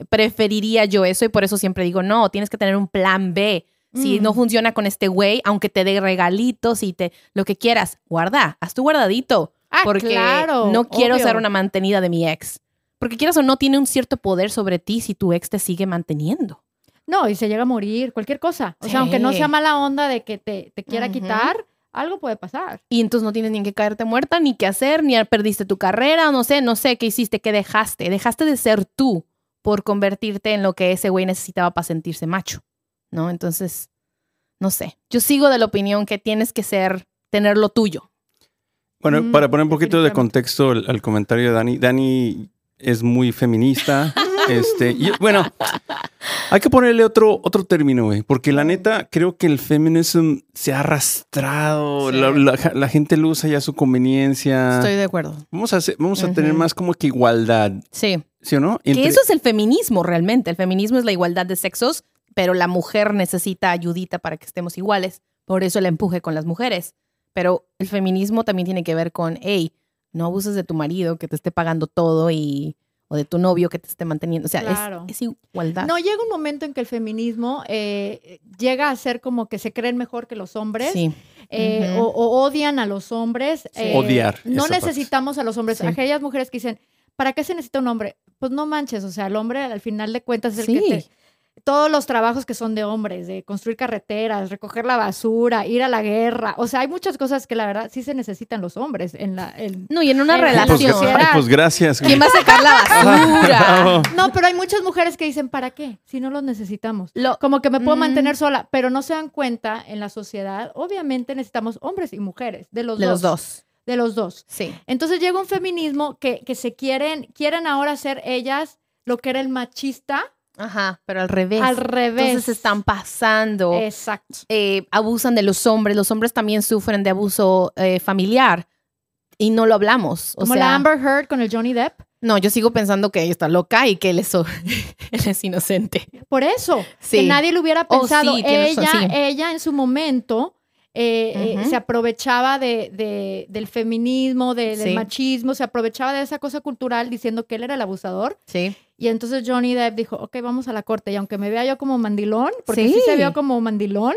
Speaker 2: Preferiría yo eso y por eso siempre digo, no, tienes que tener un plan B. Si
Speaker 3: Mm.
Speaker 2: no funciona con este güey, aunque te dé regalitos y te lo que quieras, guarda, haz tu guardadito.
Speaker 3: Ah,
Speaker 2: porque
Speaker 3: claro,
Speaker 2: no quiero
Speaker 3: obvio.
Speaker 2: ser una mantenida de mi ex. Porque quieras o no, tiene un cierto poder sobre ti si tu ex te sigue manteniendo.
Speaker 3: No, y se llega a morir, cualquier cosa. O sea, aunque no sea
Speaker 2: Sí.
Speaker 3: mala onda de que te, te quiera
Speaker 2: Ujú.
Speaker 3: quitar, algo puede pasar.
Speaker 2: Y entonces no tienes ni que caerte muerta, ni qué hacer, ni perdiste tu carrera, no sé, no sé qué hiciste, qué dejaste. Dejaste de ser tú por convertirte en lo que ese güey necesitaba para sentirse macho, ¿no? Entonces, no sé. Yo sigo de la opinión que tienes que ser, tener lo tuyo.
Speaker 1: Bueno,
Speaker 3: Mm,
Speaker 1: para poner un poquito de
Speaker 3: definitivamente.
Speaker 1: contexto al, al comentario de Dani, Dani es muy feminista. este, y- bueno, hay que ponerle otro, otro término, güey, porque la neta creo que el feminism se ha arrastrado,
Speaker 2: Sí.
Speaker 1: la, la- la gente lo usa ya a su conveniencia.
Speaker 2: Estoy de acuerdo.
Speaker 1: Vamos a, hacer- vamos a tener
Speaker 2: Ujú.
Speaker 1: más como que igualdad,
Speaker 2: Sí.
Speaker 1: ¿sí o no?
Speaker 2: Que
Speaker 1: Entre-
Speaker 2: eso es el feminismo realmente. El feminismo es la igualdad de sexos, pero la mujer necesita ayudita para que estemos iguales. Por eso el empuje con las mujeres. Pero el feminismo también tiene que ver con, hey, no abuses de tu marido que te esté pagando todo y o de tu novio que te esté manteniendo. O sea, es-
Speaker 3: Claro.
Speaker 2: es, igualdad.
Speaker 3: No, llega un momento en que el feminismo eh, llega a ser como que se creen mejor que los hombres
Speaker 2: Sí.
Speaker 3: eh,
Speaker 2: Ujú.
Speaker 3: o, o odian a los hombres. eh,
Speaker 1: Odiar
Speaker 3: No
Speaker 1: esa parte.
Speaker 3: necesitamos a los hombres.
Speaker 2: Sí.
Speaker 3: Aquellas mujeres que dicen, ¿para qué se necesita un hombre? Pues no manches, o sea, el hombre al final de cuentas es el
Speaker 2: Sí.
Speaker 3: que te... Todos los trabajos que son de hombres, de construir carreteras, recoger la basura, ir a la guerra. O sea, hay muchas cosas que la verdad sí se necesitan los hombres en la... en-
Speaker 2: No, y en una
Speaker 3: Eh, pues,
Speaker 1: Ay, pues,
Speaker 2: relación.
Speaker 1: gra- ay, pues gracias. güey.
Speaker 2: ¿Quién va a sacar la basura?
Speaker 1: Bravo.
Speaker 3: No, pero hay muchas mujeres que dicen, ¿para qué? Si no los necesitamos.
Speaker 2: Lo-
Speaker 3: Como que me puedo
Speaker 2: Mm.
Speaker 3: mantener sola, pero no se dan cuenta en la sociedad. Obviamente necesitamos hombres y mujeres, de los,
Speaker 2: de
Speaker 3: dos,
Speaker 2: los dos.
Speaker 3: De los dos.
Speaker 2: Sí.
Speaker 3: Entonces llega un feminismo que, que se quieren, quieren ahora ser ellas lo que era el machista
Speaker 2: Ajá, pero al revés.
Speaker 3: al revés.
Speaker 2: Entonces se están pasando.
Speaker 3: Exacto.
Speaker 2: eh, abusan de los hombres, los hombres también sufren de abuso eh, familiar y no lo hablamos. O
Speaker 3: Como
Speaker 2: sea,
Speaker 3: la Amber Heard con el Johnny Depp.
Speaker 2: no, yo sigo pensando que ella está loca y que él es, o- él es inocente.
Speaker 3: Por eso,
Speaker 2: Sí.
Speaker 3: que nadie lo hubiera
Speaker 2: Oh,
Speaker 3: pensado.
Speaker 2: sí, tienes
Speaker 3: ella,
Speaker 2: razón, sí.
Speaker 3: ella en su momento eh, eh,
Speaker 2: Ujú.
Speaker 3: se aprovechaba de, de- del feminismo, de- del
Speaker 2: Sí.
Speaker 3: machismo, se aprovechaba de esa cosa cultural diciendo que él era el abusador.
Speaker 2: Sí.
Speaker 3: Y entonces Johnny Depp dijo, ok, vamos a la corte. Y aunque me vea yo como mandilón, porque sí,
Speaker 2: Sí.
Speaker 3: se vio como mandilón,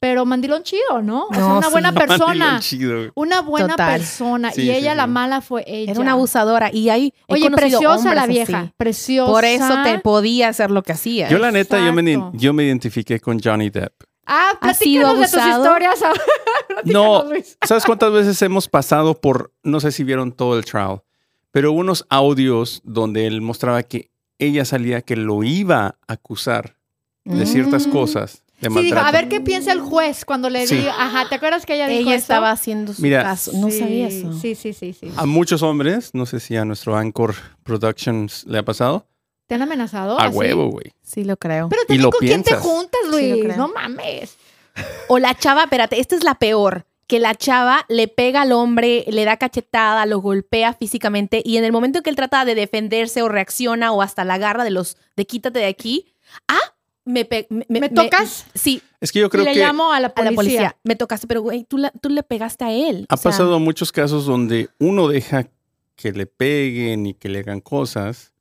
Speaker 3: pero mandilón chido, ¿no? O sea,
Speaker 2: No,
Speaker 3: una
Speaker 2: sí.
Speaker 3: buena persona.
Speaker 1: Dilo chido, güey.
Speaker 3: Una buena
Speaker 2: Total.
Speaker 3: persona.
Speaker 1: Sí,
Speaker 3: y
Speaker 1: sí,
Speaker 3: ella, la
Speaker 1: sí.
Speaker 3: mala, fue ella.
Speaker 2: Era una abusadora y ahí he
Speaker 3: Oye,
Speaker 2: conocido
Speaker 3: preciosa
Speaker 2: hombres
Speaker 3: la vieja.
Speaker 2: así.
Speaker 3: Preciosa.
Speaker 2: Por eso te podía hacer lo que hacía.
Speaker 1: Yo la neta, yo me,
Speaker 3: Exacto.
Speaker 1: yo me identifiqué con Johnny Depp.
Speaker 3: Ah,
Speaker 2: ¿Has sido
Speaker 3: platícanos de tus
Speaker 2: abusado?
Speaker 3: historias ahora.
Speaker 1: No,
Speaker 3: Platícanos, Luis.
Speaker 1: ¿Sabes cuántas veces hemos pasado por, no sé si vieron todo el trial, pero unos audios donde él mostraba que ella salía que lo iba a acusar de
Speaker 2: Mm.
Speaker 1: ciertas
Speaker 3: Mm.
Speaker 1: cosas de
Speaker 3: Sí, dijo,
Speaker 1: maltrato.
Speaker 3: a ver qué piensa el juez cuando le
Speaker 1: Sí.
Speaker 3: diga, ajá, ¿te acuerdas que ella dijo
Speaker 2: Ella
Speaker 3: eso?
Speaker 2: estaba haciendo su
Speaker 1: Mira,
Speaker 2: caso. No
Speaker 3: Sí,
Speaker 2: sabía eso.
Speaker 3: Sí, sí, sí, sí.
Speaker 1: A muchos hombres, no sé si a nuestro Anchor Productions le ha pasado,
Speaker 3: ¿Te han amenazado?
Speaker 1: a
Speaker 3: así?
Speaker 1: huevo, güey.
Speaker 2: Sí, lo creo.
Speaker 3: Pero
Speaker 1: Y
Speaker 3: también
Speaker 1: lo
Speaker 3: con quién te
Speaker 1: piensas.
Speaker 3: juntas,
Speaker 2: Sí, lo
Speaker 3: Luis.
Speaker 2: creo.
Speaker 3: no mames.
Speaker 2: O la chava, espérate, esta es la peor. Que la chava le pega al hombre, le da cachetada, lo golpea físicamente y en el momento que él trata de defenderse o reacciona o hasta la agarra de los de quítate de aquí, ah, me pe-
Speaker 3: ¿Me, tocas?
Speaker 2: sí,
Speaker 1: Es que yo creo
Speaker 3: le
Speaker 1: que
Speaker 3: llamo a la
Speaker 2: a
Speaker 3: policía.
Speaker 2: la policía. Me tocaste, pero güey, tú, la- tú le pegaste a él.
Speaker 1: ha
Speaker 2: O sea,
Speaker 1: pasado muchos casos donde uno deja que le peguen y que le hagan cosas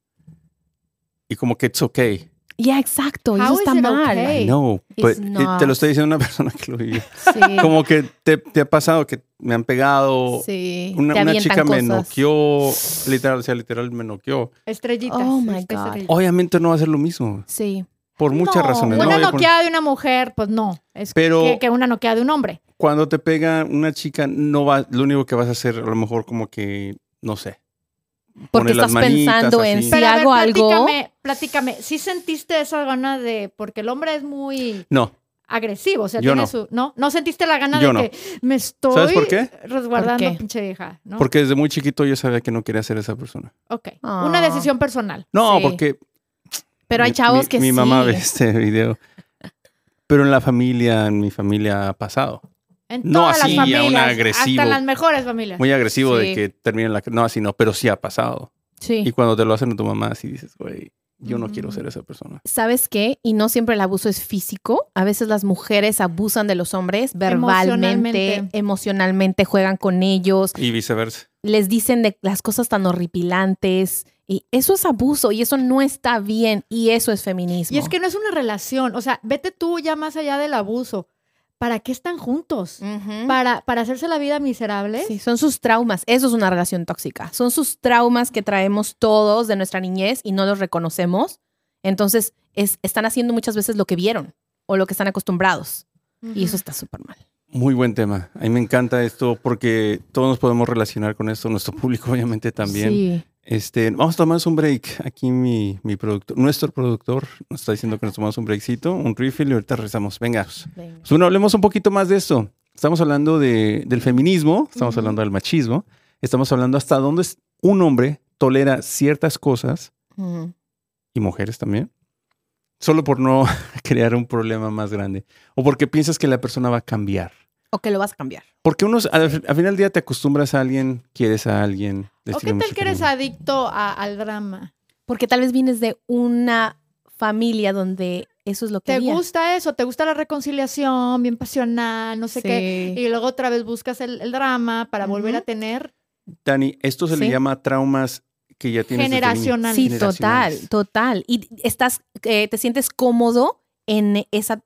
Speaker 1: y como que it's okay.
Speaker 2: Ya, exacto.
Speaker 3: How
Speaker 2: Eso
Speaker 3: is
Speaker 2: está
Speaker 3: it
Speaker 2: mal.
Speaker 3: okay? Hey,
Speaker 1: no,
Speaker 2: it's
Speaker 1: but- y te
Speaker 2: not.
Speaker 1: lo estoy diciendo una persona que lo vivió.
Speaker 2: Sí.
Speaker 1: Como que te, te ha pasado que me han pegado,
Speaker 2: sí.
Speaker 1: una,
Speaker 2: Te
Speaker 1: una
Speaker 2: avientan
Speaker 1: chica me
Speaker 2: cosas.
Speaker 1: noqueó, literal, o sea, literal me noqueó.
Speaker 3: Estrellitas.
Speaker 2: Oh, my
Speaker 3: este,
Speaker 2: God.
Speaker 3: estrellitas.
Speaker 1: Obviamente no va a ser lo mismo,
Speaker 2: Sí.
Speaker 1: por muchas
Speaker 3: No,
Speaker 1: razones. no
Speaker 3: Una
Speaker 1: voy a poner-
Speaker 3: noqueada de una mujer, pues no. Es
Speaker 1: Pero-
Speaker 3: que, que una noqueada de un hombre.
Speaker 1: cuando te pega una chica, no va, lo único que vas a hacer, a lo mejor como que, no sé.
Speaker 2: Porque
Speaker 1: poner las
Speaker 2: estás
Speaker 1: manitas
Speaker 2: pensando en
Speaker 1: así.
Speaker 2: sí. Si
Speaker 3: a
Speaker 2: hago algo-
Speaker 3: platícame, platícame. ¿Sí sentiste esa gana de...? Porque el hombre es muy
Speaker 1: No,
Speaker 3: agresivo. O sea,
Speaker 1: Yo
Speaker 3: tiene
Speaker 1: no.
Speaker 3: su... ¿No? ¿No sentiste la gana
Speaker 1: Yo
Speaker 3: de
Speaker 1: no.
Speaker 3: que me estoy
Speaker 1: ¿Sabes por qué?
Speaker 3: resguardando,
Speaker 2: ¿Por qué?
Speaker 3: pinche vieja? ¿no?
Speaker 1: porque desde muy chiquito yo sabía que no quería ser esa persona.
Speaker 3: Ok.
Speaker 2: Ah.
Speaker 3: Una decisión personal.
Speaker 1: No,
Speaker 2: Sí.
Speaker 1: porque
Speaker 2: Pero hay
Speaker 1: mi-
Speaker 2: chavos
Speaker 1: mi-
Speaker 2: que
Speaker 1: mi
Speaker 2: sí.
Speaker 1: mamá ve este video. Pero en la familia, en mi familia ha pasado.
Speaker 3: En
Speaker 1: No
Speaker 3: todas
Speaker 1: así, a
Speaker 3: las
Speaker 1: un
Speaker 3: familias.
Speaker 1: agresivo.
Speaker 3: Hasta en las mejores familias.
Speaker 1: Muy agresivo de
Speaker 2: Sí.
Speaker 1: que termina la... No, así no, pero sí ha pasado.
Speaker 2: Sí.
Speaker 1: Y cuando te lo hacen a tu mamá, así dices, güey, yo no
Speaker 3: Mm.
Speaker 1: quiero ser esa persona.
Speaker 2: ¿Sabes qué? Y no siempre el abuso es físico. A veces las mujeres abusan de los hombres verbalmente, emocionalmente,
Speaker 3: Emocionalmente.
Speaker 2: juegan con ellos,
Speaker 1: Y viceversa.
Speaker 2: les dicen de las cosas tan horripilantes. Y eso es abuso y eso no está bien y eso es feminismo.
Speaker 3: Y es que no es una relación. O sea, vete tú ya más allá del abuso. ¿Para qué están juntos?
Speaker 2: Ujú.
Speaker 3: ¿Para, para hacerse la vida miserable?
Speaker 2: Sí, son sus traumas. Eso es una relación tóxica. Son sus traumas que traemos todos de nuestra niñez y no los reconocemos. Entonces, es- están haciendo muchas veces lo que vieron o lo que están acostumbrados. Y eso está súper mal.
Speaker 1: Muy buen tema. A mí me encanta esto porque todos nos podemos relacionar con esto. Nuestro público obviamente también.
Speaker 2: Sí.
Speaker 1: Este, vamos a tomarnos un break. Aquí mi, mi productor, nuestro productor nos está diciendo que nos tomamos un breakcito, un refill y ahorita regresamos. Venga.
Speaker 2: Venga.
Speaker 1: Pues bueno, hablemos un poquito más de esto. Estamos hablando de, del feminismo, estamos
Speaker 2: Ujú.
Speaker 1: hablando del machismo, estamos hablando hasta dónde es- un hombre tolera ciertas cosas
Speaker 2: Ujú.
Speaker 1: y mujeres también, solo por no crear un problema más grande o porque piensas que la persona va a cambiar.
Speaker 2: O que lo vas a cambiar.
Speaker 1: Porque unos, al, al final del día te acostumbras a alguien, quieres a alguien.
Speaker 3: ¿O
Speaker 1: destinas
Speaker 3: qué
Speaker 1: mucho
Speaker 3: tal que eres
Speaker 1: cariño.
Speaker 3: adicto a- al drama?
Speaker 2: Porque tal vez vienes de una familia donde eso es lo que
Speaker 3: ¿Te
Speaker 2: había.
Speaker 3: gusta eso? ¿Te gusta la reconciliación? Bien pasional, no sé
Speaker 2: Sí.
Speaker 3: qué. Y luego otra vez buscas el, el drama para volver a
Speaker 2: Ujú.
Speaker 3: tener
Speaker 1: Dani, esto se le
Speaker 2: Sí.
Speaker 1: llama traumas que ya tienes desde niño.
Speaker 3: Generacional.
Speaker 2: Sí, total,
Speaker 1: Generacionales.
Speaker 2: total. Y estás, eh, te sientes cómodo en esa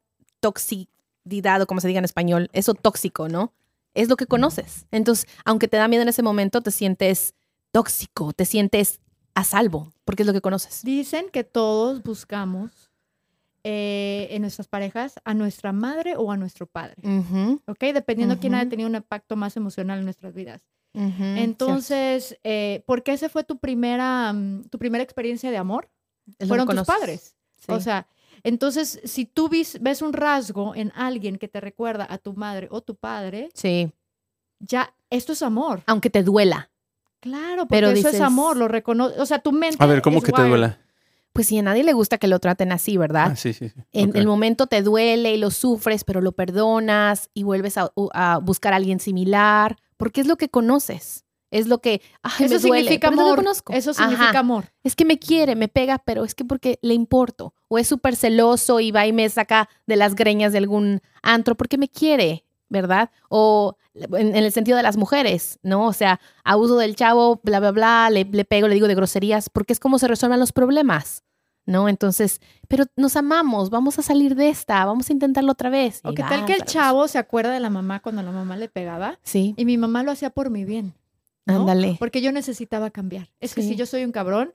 Speaker 2: toxicidad o como se diga en español, eso tóxico, ¿no? Es lo que conoces. Entonces, aunque te da miedo en ese momento, te sientes tóxico, te sientes a salvo, porque es lo que conoces.
Speaker 3: Dicen que todos buscamos eh, en nuestras parejas a nuestra madre o a nuestro padre,
Speaker 2: Ujú,
Speaker 3: ¿ok? Dependiendo quién
Speaker 2: Mm. Ujú. Mm,
Speaker 3: haya tenido un impacto más emocional en nuestras vidas.
Speaker 2: ujú,
Speaker 3: Entonces, eh, ¿por qué esa fue tu primera, mm, tu primera experiencia de amor?
Speaker 2: cierto. Es lo que
Speaker 3: Fueron tus
Speaker 2: conoces.
Speaker 3: padres.
Speaker 2: Sí.
Speaker 3: O sea, entonces, si tú vis- ves un rasgo en alguien que te recuerda a tu madre o tu padre,
Speaker 2: Sí,
Speaker 3: ya esto es amor.
Speaker 2: aunque te duela.
Speaker 3: Claro, porque
Speaker 2: Pero
Speaker 3: eso es
Speaker 2: dices-
Speaker 3: amor, lo reconoce. O sea, tu mente.
Speaker 1: A ver, ¿cómo
Speaker 3: es
Speaker 1: que te
Speaker 3: wired.
Speaker 1: duela?
Speaker 2: Pues sí, a nadie le gusta que lo traten así, ¿verdad?
Speaker 1: Ah, sí, sí. sí.
Speaker 2: En
Speaker 1: Ok.
Speaker 2: el momento te duele y lo sufres, pero lo perdonas y vuelves a, u- a buscar a alguien similar, porque es lo que conoces. Es lo que. Ay,
Speaker 3: Eso
Speaker 2: me duele,
Speaker 3: significa
Speaker 2: pero es lo que
Speaker 3: amor.
Speaker 2: conozco.
Speaker 3: Eso significa
Speaker 2: Ajá.
Speaker 3: amor.
Speaker 2: Es que me quiere, me pega, pero es que porque le importo. O es súper celoso y va y me saca de las greñas de algún antro porque me quiere, ¿verdad? O en, en el sentido de las mujeres, ¿no? O sea, abuso del chavo, bla, bla, bla, le, le pego, le digo de groserías, porque es como se resuelven los problemas, ¿no? Entonces, pero nos amamos, vamos a salir de esta, vamos a intentarlo otra vez.
Speaker 3: O
Speaker 2: Y
Speaker 3: qué
Speaker 2: va,
Speaker 3: tal que el
Speaker 2: otra vez.
Speaker 3: chavo se acuerda de la mamá cuando la mamá le pegaba
Speaker 2: Sí,
Speaker 3: y mi mamá lo hacía por mi bien. ¿no?
Speaker 2: ándale.
Speaker 3: Porque yo necesitaba cambiar. Es que
Speaker 2: Sí.
Speaker 3: si yo soy un cabrón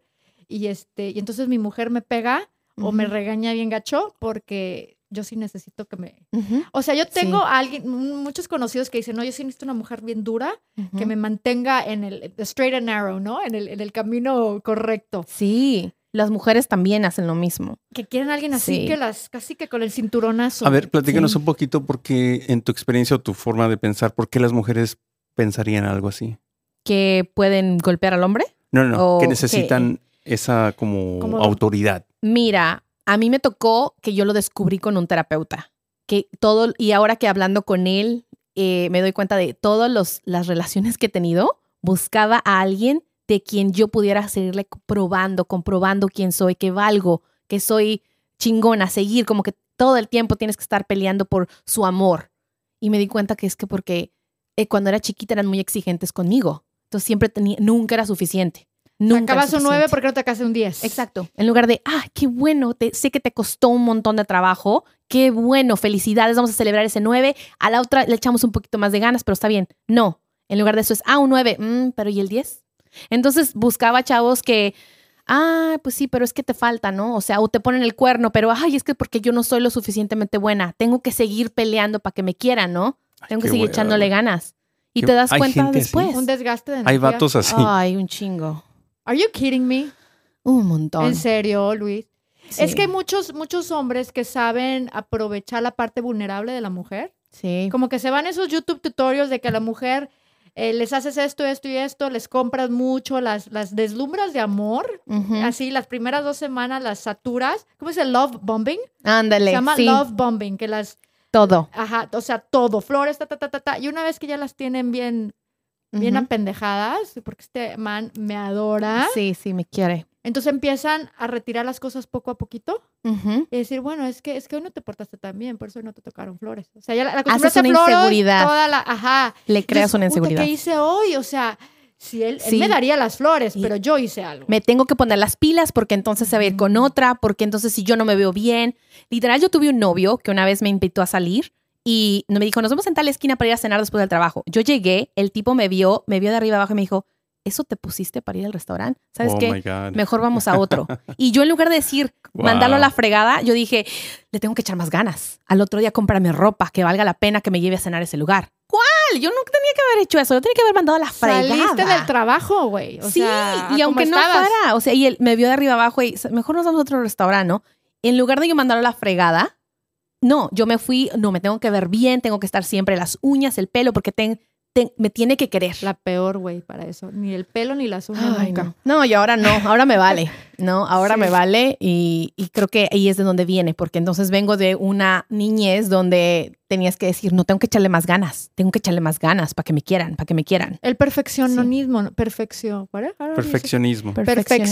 Speaker 3: y este y entonces mi mujer me pega o me
Speaker 2: Ujú,
Speaker 3: regaña bien gacho porque yo sí necesito que me
Speaker 2: ujú,
Speaker 3: o sea, yo
Speaker 2: Sí.
Speaker 3: tengo a alguien, m- muchos conocidos que dicen, no, yo sí necesito una mujer bien dura que
Speaker 2: ujú.
Speaker 3: me mantenga en el the straight and narrow, ¿no? En el, en el camino correcto.
Speaker 2: Sí, Las mujeres también hacen lo mismo.
Speaker 3: Que quieren a alguien así
Speaker 2: Sí.
Speaker 3: que las, casi que con el cinturonazo.
Speaker 1: A ver, platícanos
Speaker 2: Sí.
Speaker 1: un poquito porque en tu experiencia o tu forma de pensar, ¿por qué las mujeres pensarían algo así?
Speaker 2: Que pueden golpear al hombre.
Speaker 1: No, no, no,
Speaker 2: O
Speaker 1: que
Speaker 2: que-
Speaker 1: necesitan esa como,
Speaker 3: Como-
Speaker 1: autoridad.
Speaker 2: Mira, a mí me tocó que yo lo descubrí con un terapeuta. Que todo, y ahora que hablando con él, eh, me doy cuenta de todas las relaciones que he tenido, buscaba a alguien de quien yo pudiera seguirle probando, comprobando quién soy, que valgo, que soy chingona, seguir, como que todo el tiempo tienes que estar peleando por su amor. Y me di cuenta que es que porque eh, cuando era chiquita eran muy exigentes conmigo. Entonces siempre tenía, nunca era suficiente. Nunca era
Speaker 3: Acabas un 9
Speaker 2: suficiente.
Speaker 3: porque no te acabas un 10.
Speaker 2: Exacto. En lugar de, ah, qué bueno, te- sé que te costó un montón de trabajo, qué bueno, felicidades, vamos a celebrar ese 9. A la otra le echamos un poquito más de ganas, pero está bien. No. En lugar de eso es, ah, un 9, mm, pero ¿y el 10? Entonces buscaba chavos que, ah, pues sí, pero es que te falta, ¿no? O sea, o te ponen el cuerno, pero, ay, es que porque yo no soy lo suficientemente buena, tengo que seguir peleando para que me quieran, ¿no? Tengo que
Speaker 1: qué
Speaker 2: seguir
Speaker 1: hueva.
Speaker 2: echándole ganas. Y
Speaker 1: Qué-
Speaker 2: te das
Speaker 1: hay
Speaker 2: cuenta
Speaker 1: gente así.
Speaker 2: después.
Speaker 3: Un desgaste de
Speaker 1: Hay
Speaker 3: energía.
Speaker 1: vatos así.
Speaker 2: Ay, un chingo.
Speaker 3: Are you kidding me?
Speaker 2: Un montón.
Speaker 3: En serio, Luis. Es
Speaker 2: Sí.
Speaker 3: que hay muchos, muchos hombres que saben aprovechar la parte vulnerable de la mujer.
Speaker 2: Sí.
Speaker 3: Como que se van esos YouTube tutorials de que a la mujer eh, les haces esto, esto y esto, les compras mucho, las, las deslumbras de amor.
Speaker 2: Ujú.
Speaker 3: Así, las primeras dos semanas las saturas. ¿Cómo dice? Love bombing.
Speaker 2: Ándale,
Speaker 3: Se llama
Speaker 2: sí,
Speaker 3: love bombing, que las,
Speaker 2: todo.
Speaker 3: ajá, o sea, todo, flores, ta, ta, ta, ta, ta. Y una vez que ya las tienen bien, bien
Speaker 2: Ujú.
Speaker 3: apendejadas, porque este man me adora,
Speaker 2: Sí, sí, me quiere.
Speaker 3: entonces empiezan a retirar las cosas poco a poquito
Speaker 2: Ujú.
Speaker 3: y decir, bueno, es que, es que hoy no te portaste tan bien, por eso hoy no te tocaron flores. O sea, ya la, la
Speaker 2: Haces
Speaker 3: acostumbraste a
Speaker 2: una
Speaker 3: flores,
Speaker 2: inseguridad.
Speaker 3: toda la, ajá.
Speaker 2: Le creas
Speaker 3: Dices,
Speaker 2: una
Speaker 3: "Puta,
Speaker 2: inseguridad.
Speaker 3: ¿Qué hice hoy? O sea, si él, él
Speaker 2: Sí.
Speaker 3: me daría las flores,
Speaker 2: Y-
Speaker 3: pero yo hice algo.
Speaker 2: Me tengo que poner las pilas porque entonces se va a ir con otra, porque entonces si yo no me veo bien. Literal, yo tuve un novio que una vez me invitó a salir y me dijo, nos vemos en tal esquina para ir a cenar después del trabajo. Yo llegué, el tipo me vio, me vio de arriba abajo y me dijo, ¿eso te pusiste para ir al restaurante? ¿Sabes
Speaker 1: oh
Speaker 2: qué?
Speaker 1: my God.
Speaker 2: Mejor vamos a otro. Y yo en lugar de decir,
Speaker 1: Wow.
Speaker 2: mandarlo a la fregada, yo dije, le tengo que echar más ganas. Al otro día comprarme ropa que valga la pena que me lleve a cenar a ese lugar. ¿Cuál? Yo no tenía que haber hecho eso. Yo tenía que haber mandado a la fregada.
Speaker 3: Saliste del trabajo, güey. O
Speaker 2: sí,
Speaker 3: sea,
Speaker 2: y
Speaker 3: ¿cómo
Speaker 2: aunque no
Speaker 3: estabas?
Speaker 2: fuera, o sea, y él me vio de arriba abajo y mejor nos vamos a otro restaurante, ¿no? En lugar de yo mandarlo a la fregada, no, yo me fui, no, me tengo que ver bien, tengo que estar siempre las uñas, el pelo, porque ten- ten- me tiene que querer.
Speaker 3: La peor, güey, para eso. Ni el pelo ni las uñas
Speaker 2: Ay,
Speaker 3: nunca.
Speaker 2: no. No, y ahora no, ahora me vale, ¿no? Ahora
Speaker 3: Sí.
Speaker 2: me vale y, y creo que ahí es de donde viene, porque entonces vengo de una niñez donde tenías que decir, no, tengo que echarle más ganas, tengo que echarle más ganas para que me quieran, para que me quieran.
Speaker 3: El perfeccionismo, perfección,
Speaker 1: Perfeccionismo.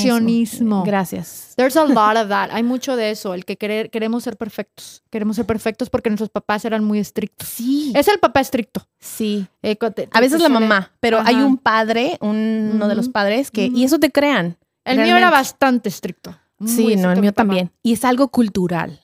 Speaker 3: Perfeccionismo.
Speaker 2: Gracias.
Speaker 3: There's a lot of that. Hay mucho de eso, el que querer- queremos ser perfectos. Queremos ser perfectos porque nuestros papás eran muy estrictos.
Speaker 2: Sí,
Speaker 3: Es el papá estricto.
Speaker 2: sí.
Speaker 3: Eh, cu- te-
Speaker 2: A veces la
Speaker 3: suele-
Speaker 2: mamá, pero
Speaker 3: eh, Ajá.
Speaker 2: hay un padre, un- uno de los
Speaker 3: Ujú.
Speaker 2: padres que,
Speaker 3: Ujú.
Speaker 2: y eso te crean.
Speaker 3: El mío era
Speaker 2: realmente.
Speaker 3: bastante estricto. Muy
Speaker 2: Sí,
Speaker 3: estricto
Speaker 2: no, el
Speaker 3: mi
Speaker 2: mío
Speaker 3: papá.
Speaker 2: también. Y es algo cultural.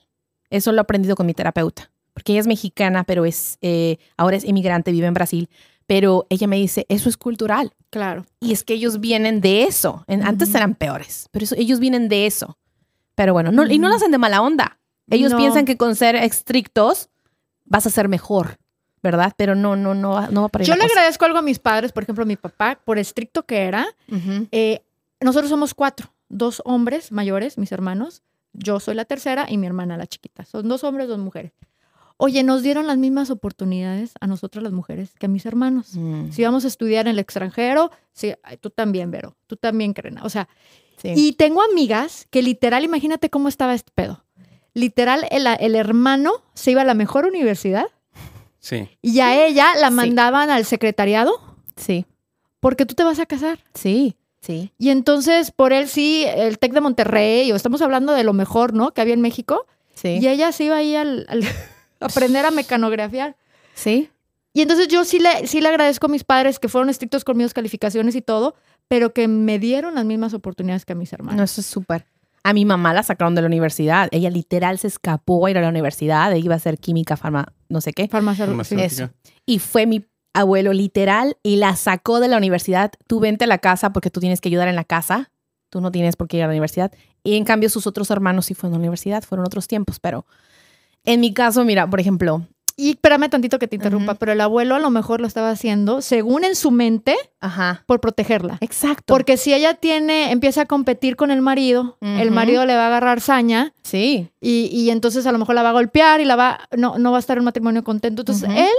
Speaker 2: Eso lo he aprendido con mi terapeuta, porque ella es mexicana, pero es eh, ahora es inmigrante, vive en Brasil, pero ella me dice, eso es cultural.
Speaker 3: Claro.
Speaker 2: Y es que ellos vienen de eso. En- Antes
Speaker 3: Ujú.
Speaker 2: eran peores, pero eso- ellos vienen de eso. Pero bueno, no, y no lo
Speaker 3: Ujú.
Speaker 2: hacen de mala onda. Ellos
Speaker 3: No.
Speaker 2: piensan que con ser estrictos vas a ser mejor, ¿verdad? Pero no, no, no, va- no va para
Speaker 3: Yo le agradezco algo a mis padres, por ejemplo, a mi papá, por estricto que era. eh, nosotros somos cuatro, dos hombres mayores, mis hermanos, yo soy la tercera y mi hermana la chiquita. Son dos hombres, dos mujeres. Oye, nos dieron las mismas oportunidades a nosotras las mujeres que a mis hermanos.
Speaker 2: Mm.
Speaker 3: Si vamos a estudiar en el extranjero, sí, ay, tú también, Vero, tú también, Crena. O sea, y tengo amigas que literal, imagínate cómo estaba este pedo. Literal, el, el hermano se iba a la mejor universidad
Speaker 1: Sí.
Speaker 3: y a ella la
Speaker 2: Sí.
Speaker 3: mandaban al secretariado
Speaker 2: sí,
Speaker 3: porque tú te vas a casar.
Speaker 2: sí, sí.
Speaker 3: Y entonces, por él sí, el TEC de Monterrey, o estamos hablando de lo mejor, ¿no? Que había en México.
Speaker 2: Sí.
Speaker 3: Y ella se iba ahí al, al- a aprender a mecanografiar.
Speaker 2: Sí.
Speaker 3: Y entonces yo sí le, sí le agradezco a mis padres que fueron estrictos con mis calificaciones y todo, pero que me dieron las mismas oportunidades que a mis
Speaker 2: No,
Speaker 3: hermanos.
Speaker 2: eso es súper. A mi mamá la sacaron de la universidad. Ella literal se escapó a ir a la universidad. Ella iba a ser química, farma, no sé qué.
Speaker 3: Farmacia- sí.
Speaker 1: Farmacéutica.
Speaker 2: eso. Y fue mi abuelo literal y la sacó de la universidad. Tú vente a la casa porque tú tienes que ayudar en la casa. Tú no tienes por qué ir a la universidad. Y en cambio sus otros hermanos sí fueron a la universidad. Fueron otros tiempos, pero en mi caso, mira, por ejemplo,
Speaker 3: Y espérame tantito que te interrumpa,
Speaker 2: Ujú.
Speaker 3: pero el abuelo a lo mejor lo estaba haciendo, según en su mente,
Speaker 2: Ajá.
Speaker 3: por protegerla.
Speaker 2: Exacto.
Speaker 3: Porque si ella tiene, empieza a competir con el marido, el
Speaker 2: Ujú.
Speaker 3: marido le va a agarrar saña
Speaker 2: sí.
Speaker 3: y, y entonces a lo mejor la va a golpear y la va, no, no va a estar en un matrimonio contento. Entonces
Speaker 2: Ujú.
Speaker 3: él,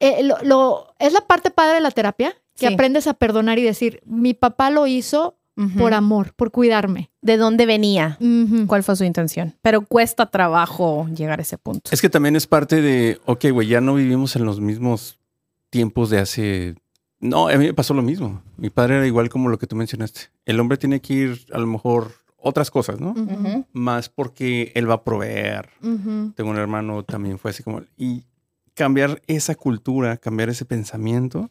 Speaker 3: eh, lo, lo- es la parte padre de la terapia, que
Speaker 2: Sí.
Speaker 3: aprendes a perdonar y decir, mi papá lo hizo
Speaker 2: Ujú.
Speaker 3: por amor, por cuidarme.
Speaker 2: ¿De dónde venía?
Speaker 3: Ujú.
Speaker 2: ¿Cuál fue su intención? Pero cuesta trabajo llegar a ese punto.
Speaker 1: Es que también es parte de, ok, güey, ya no vivimos en los mismos tiempos de hace... No, a mí me pasó lo mismo. Mi padre era igual como lo que tú mencionaste. El hombre tiene que ir a lo mejor otras cosas, ¿no?
Speaker 3: Ujú.
Speaker 2: Ujú.
Speaker 1: Más porque él va a proveer.
Speaker 3: Ujú.
Speaker 1: Tengo un hermano también fue así como... Y cambiar esa cultura, cambiar ese pensamiento,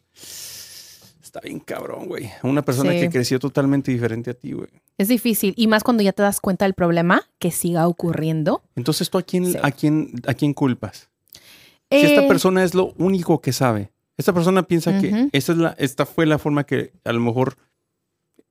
Speaker 1: está bien cabrón, güey. Una persona
Speaker 2: Sí.
Speaker 1: que creció totalmente diferente a ti, güey.
Speaker 2: Es difícil. Y más cuando ya te das cuenta del problema que siga ocurriendo.
Speaker 1: Entonces, ¿tú a quién,
Speaker 2: Sí.
Speaker 1: a quién, a quién culpas? Si esta
Speaker 2: Eh,
Speaker 1: persona es lo único que sabe, esta persona piensa
Speaker 2: Ujú.
Speaker 1: que esta, es la, esta fue la forma que a lo mejor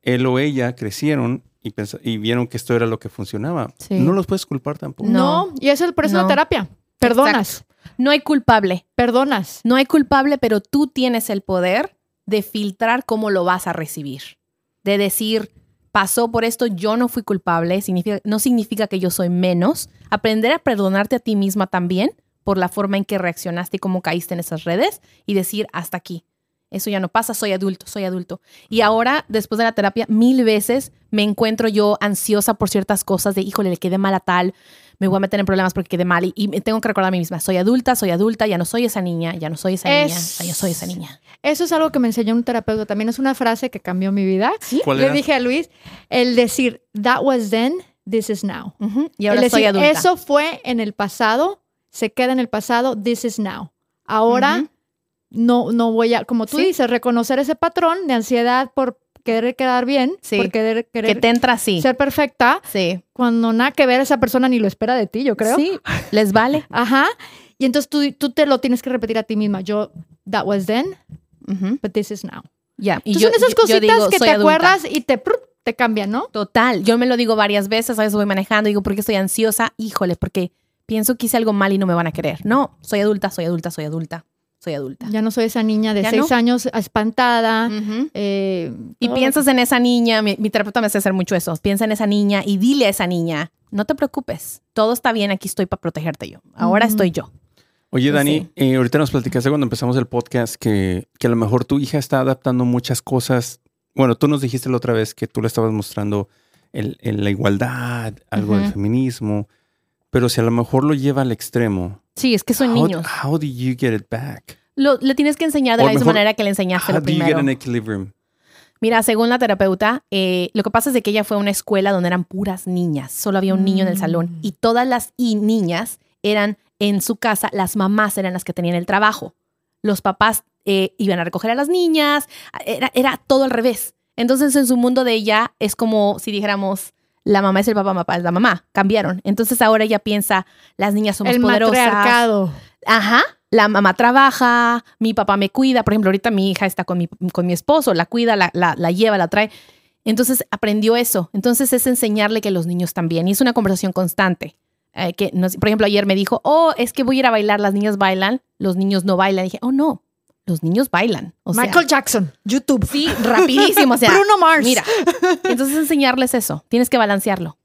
Speaker 1: él o ella crecieron y, pensa- y vieron que esto era lo que funcionaba.
Speaker 2: Sí.
Speaker 1: No los puedes culpar tampoco.
Speaker 3: No.
Speaker 2: No.
Speaker 3: y eso es por eso
Speaker 2: No.
Speaker 3: la terapia. Perdonas,
Speaker 2: No hay culpable.
Speaker 3: perdonas.
Speaker 2: No hay culpable, pero tú tienes el poder de filtrar cómo lo vas a recibir. De decir, pasó por esto, yo no fui culpable, significa- no significa que yo soy menos. Aprender a perdonarte a ti misma también por la forma en que reaccionaste y cómo caíste en esas redes y decir, hasta aquí. Eso ya no pasa, soy adulto, soy adulto. Y ahora, después de la terapia, mil veces me encuentro yo ansiosa por ciertas cosas de, híjole, le quedé mal a tal, me voy a meter en problemas porque quedé mal y, y me tengo que recordar a mí misma, soy adulta, soy adulta, ya no soy esa niña, ya no soy esa
Speaker 3: Es-
Speaker 2: niña, ya yo soy esa niña.
Speaker 3: Eso es algo que me enseñó un terapeuta también. Es una frase que cambió mi vida.
Speaker 1: ¿Cuál
Speaker 3: Le
Speaker 1: era?
Speaker 3: dije a Luis, el decir, that was then, this is now.
Speaker 2: Ujú, Y ahora
Speaker 3: el decir,
Speaker 2: soy adulta.
Speaker 3: eso fue en el pasado, se queda en el pasado, this is now. Ahora
Speaker 2: Ujú.
Speaker 3: no, no voy a, como tú
Speaker 2: Sí.
Speaker 3: dices, reconocer ese patrón de ansiedad por querer quedar bien,
Speaker 2: Sí.
Speaker 3: por querer,
Speaker 2: que
Speaker 3: querer
Speaker 2: te entra así.
Speaker 3: ser perfecta,
Speaker 2: Sí.
Speaker 3: cuando nada que ver esa persona ni lo espera de ti, yo creo.
Speaker 2: Sí, les vale.
Speaker 3: Ajá. Y entonces tú, tú te lo tienes que repetir a ti misma. Yo, that was then,
Speaker 2: Ujú.
Speaker 3: but this is now.
Speaker 2: Ya. Y
Speaker 3: Entonces,
Speaker 2: yo-
Speaker 3: son esas
Speaker 2: yo- yo
Speaker 3: cositas
Speaker 2: digo,
Speaker 3: que
Speaker 2: soy
Speaker 3: te
Speaker 2: adulta.
Speaker 3: acuerdas y te, prr, te cambian, ¿no?
Speaker 2: Total, yo me lo digo varias veces, a veces voy manejando y digo, ¿por qué estoy ansiosa? Híjole, porque pienso que hice algo mal y no me van a querer. No, soy adulta, soy adulta, soy adulta, soy adulta.
Speaker 3: Ya no soy esa niña de
Speaker 2: Ya
Speaker 3: seis
Speaker 2: no.
Speaker 3: años espantada.
Speaker 2: Ujú. Oh.
Speaker 3: eh,
Speaker 2: Y
Speaker 3: todo.
Speaker 2: piensas en esa niña, mi, mi terapeuta me hace hacer mucho eso, piensa en esa niña y dile a esa niña, no te preocupes, todo está bien, aquí estoy para protegerte yo, ahora
Speaker 3: Ujú.
Speaker 2: estoy yo.
Speaker 1: Oye,
Speaker 2: Pues
Speaker 1: Dani,
Speaker 2: sí.
Speaker 1: eh, ahorita nos platicaste cuando empezamos el podcast que, que a lo mejor tu hija está adaptando muchas cosas. Bueno, tú nos dijiste la otra vez que tú le estabas mostrando el, el- la igualdad, algo del
Speaker 2: Ujú.
Speaker 1: feminismo, pero si a lo mejor lo lleva al extremo.
Speaker 2: Sí, es que son
Speaker 1: how,
Speaker 2: niños.
Speaker 1: How do you get it back?
Speaker 2: Lo- le tienes que enseñar de
Speaker 1: O
Speaker 2: la misma
Speaker 1: mejor, Ah,
Speaker 2: manera que le enseñaste
Speaker 1: How
Speaker 2: lo
Speaker 1: do you get
Speaker 2: primero.
Speaker 1: an equilibrium?
Speaker 2: Mira, según la terapeuta, eh, lo que pasa es de que ella fue a una escuela donde eran puras niñas, solo había un niño en el salón
Speaker 3: Mm.
Speaker 2: y todas las y niñas eran en su casa, las mamás eran las que tenían el trabajo, los papás eh, iban a recoger a las niñas, era, era todo al revés. Entonces en su mundo de ella es como si dijéramos, la mamá es el papá, papá es la mamá, cambiaron. Entonces ahora ella piensa, las niñas somos
Speaker 3: el
Speaker 2: poderosas.
Speaker 3: matriarcado.
Speaker 2: Ajá. La mamá trabaja, mi papá me cuida. Por ejemplo, ahorita mi hija está con mi, con mi esposo, la cuida, la, la- la lleva, la trae. Entonces aprendió eso. Entonces es enseñarle que los niños también. Y es una conversación constante. Eh, que nos- por ejemplo, ayer me dijo, oh, es que voy a ir a bailar, las niñas bailan, los niños no bailan. dije, oh, no, los niños bailan. O sea,
Speaker 3: Michael Jackson, YouTube.
Speaker 2: sí, rapidísimo. O sea,
Speaker 3: Bruno Mars.
Speaker 2: mira. Entonces enseñarles eso. Tienes que balancearlo.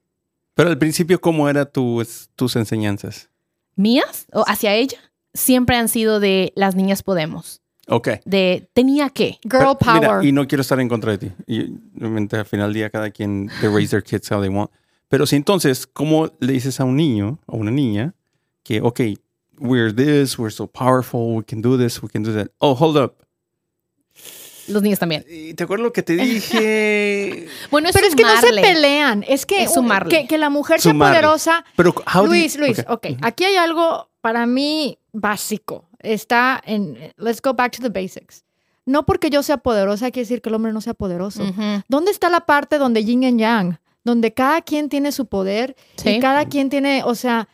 Speaker 1: Pero al principio, ¿cómo eran tus, tus enseñanzas?
Speaker 2: Mías o hacia ella siempre han sido de las niñas podemos.
Speaker 1: Ok.
Speaker 2: De tenía que.
Speaker 3: Girl
Speaker 1: Pero, mira,
Speaker 3: power.
Speaker 1: y no quiero estar en contra de ti. Y, obviamente, al final del día, cada quien they raise their kids how they want. Pero si entonces, ¿cómo le dices a un niño o una niña que, ok, we're this, we're so powerful, we can do this, we can do that? Oh, hold up.
Speaker 2: Los niños también.
Speaker 1: Eh, ¿Te acuerdas lo que te dije?
Speaker 2: Bueno, es
Speaker 3: Pero es que no se
Speaker 2: sumarle.
Speaker 3: pelean. Es que,
Speaker 2: Es sumarle.
Speaker 3: que, que la mujer
Speaker 1: Sumarle.
Speaker 3: sea poderosa.
Speaker 1: Pero, how do you-
Speaker 3: Luis, Luis,
Speaker 1: Ok.
Speaker 3: ok. Aquí hay algo para mí básico. Está en. Let's go back to the basics. No porque yo sea poderosa quiere decir que el hombre no sea poderoso.
Speaker 2: Ujú.
Speaker 3: ¿Dónde está la parte donde yin and yang? Donde cada quien tiene su poder y
Speaker 2: Sí.
Speaker 3: cada quien tiene, o sea,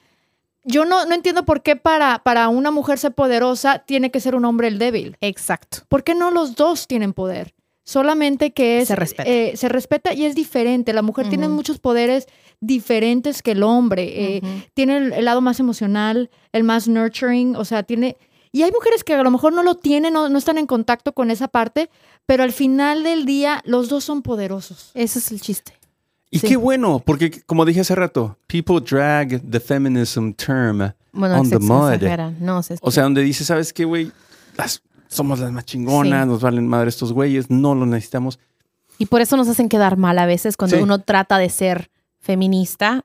Speaker 3: yo no, no entiendo por qué para, para una mujer ser poderosa tiene que ser un hombre el débil.
Speaker 2: Exacto.
Speaker 3: ¿Por qué no los dos tienen poder? Solamente que es,
Speaker 2: Se respeta.
Speaker 3: eh, se respeta y es diferente. La mujer tiene
Speaker 2: Ujú.
Speaker 3: muchos poderes diferentes que el hombre. eh,
Speaker 2: Ujú.
Speaker 3: Tiene el, el lado más emocional, el más nurturing, o sea, tiene... Y hay mujeres que a lo mejor no lo tienen, no, no están en contacto con esa parte, pero al final del día los dos son poderosos.
Speaker 2: Ese es el chiste.
Speaker 1: Y
Speaker 2: Sí.
Speaker 1: qué bueno, porque como dije hace rato, people drag the feminism term.
Speaker 2: Bueno,
Speaker 1: On
Speaker 2: se-
Speaker 1: the
Speaker 2: se
Speaker 1: mud.
Speaker 2: exageran. No, se
Speaker 1: O sea, donde dice, ¿sabes qué, güey? Las- somos las más chingonas,
Speaker 2: Sí.
Speaker 1: nos valen madre estos güeyes, no los necesitamos.
Speaker 2: Y por eso nos hacen quedar mal a veces cuando
Speaker 1: Sí.
Speaker 2: uno trata de ser feminista,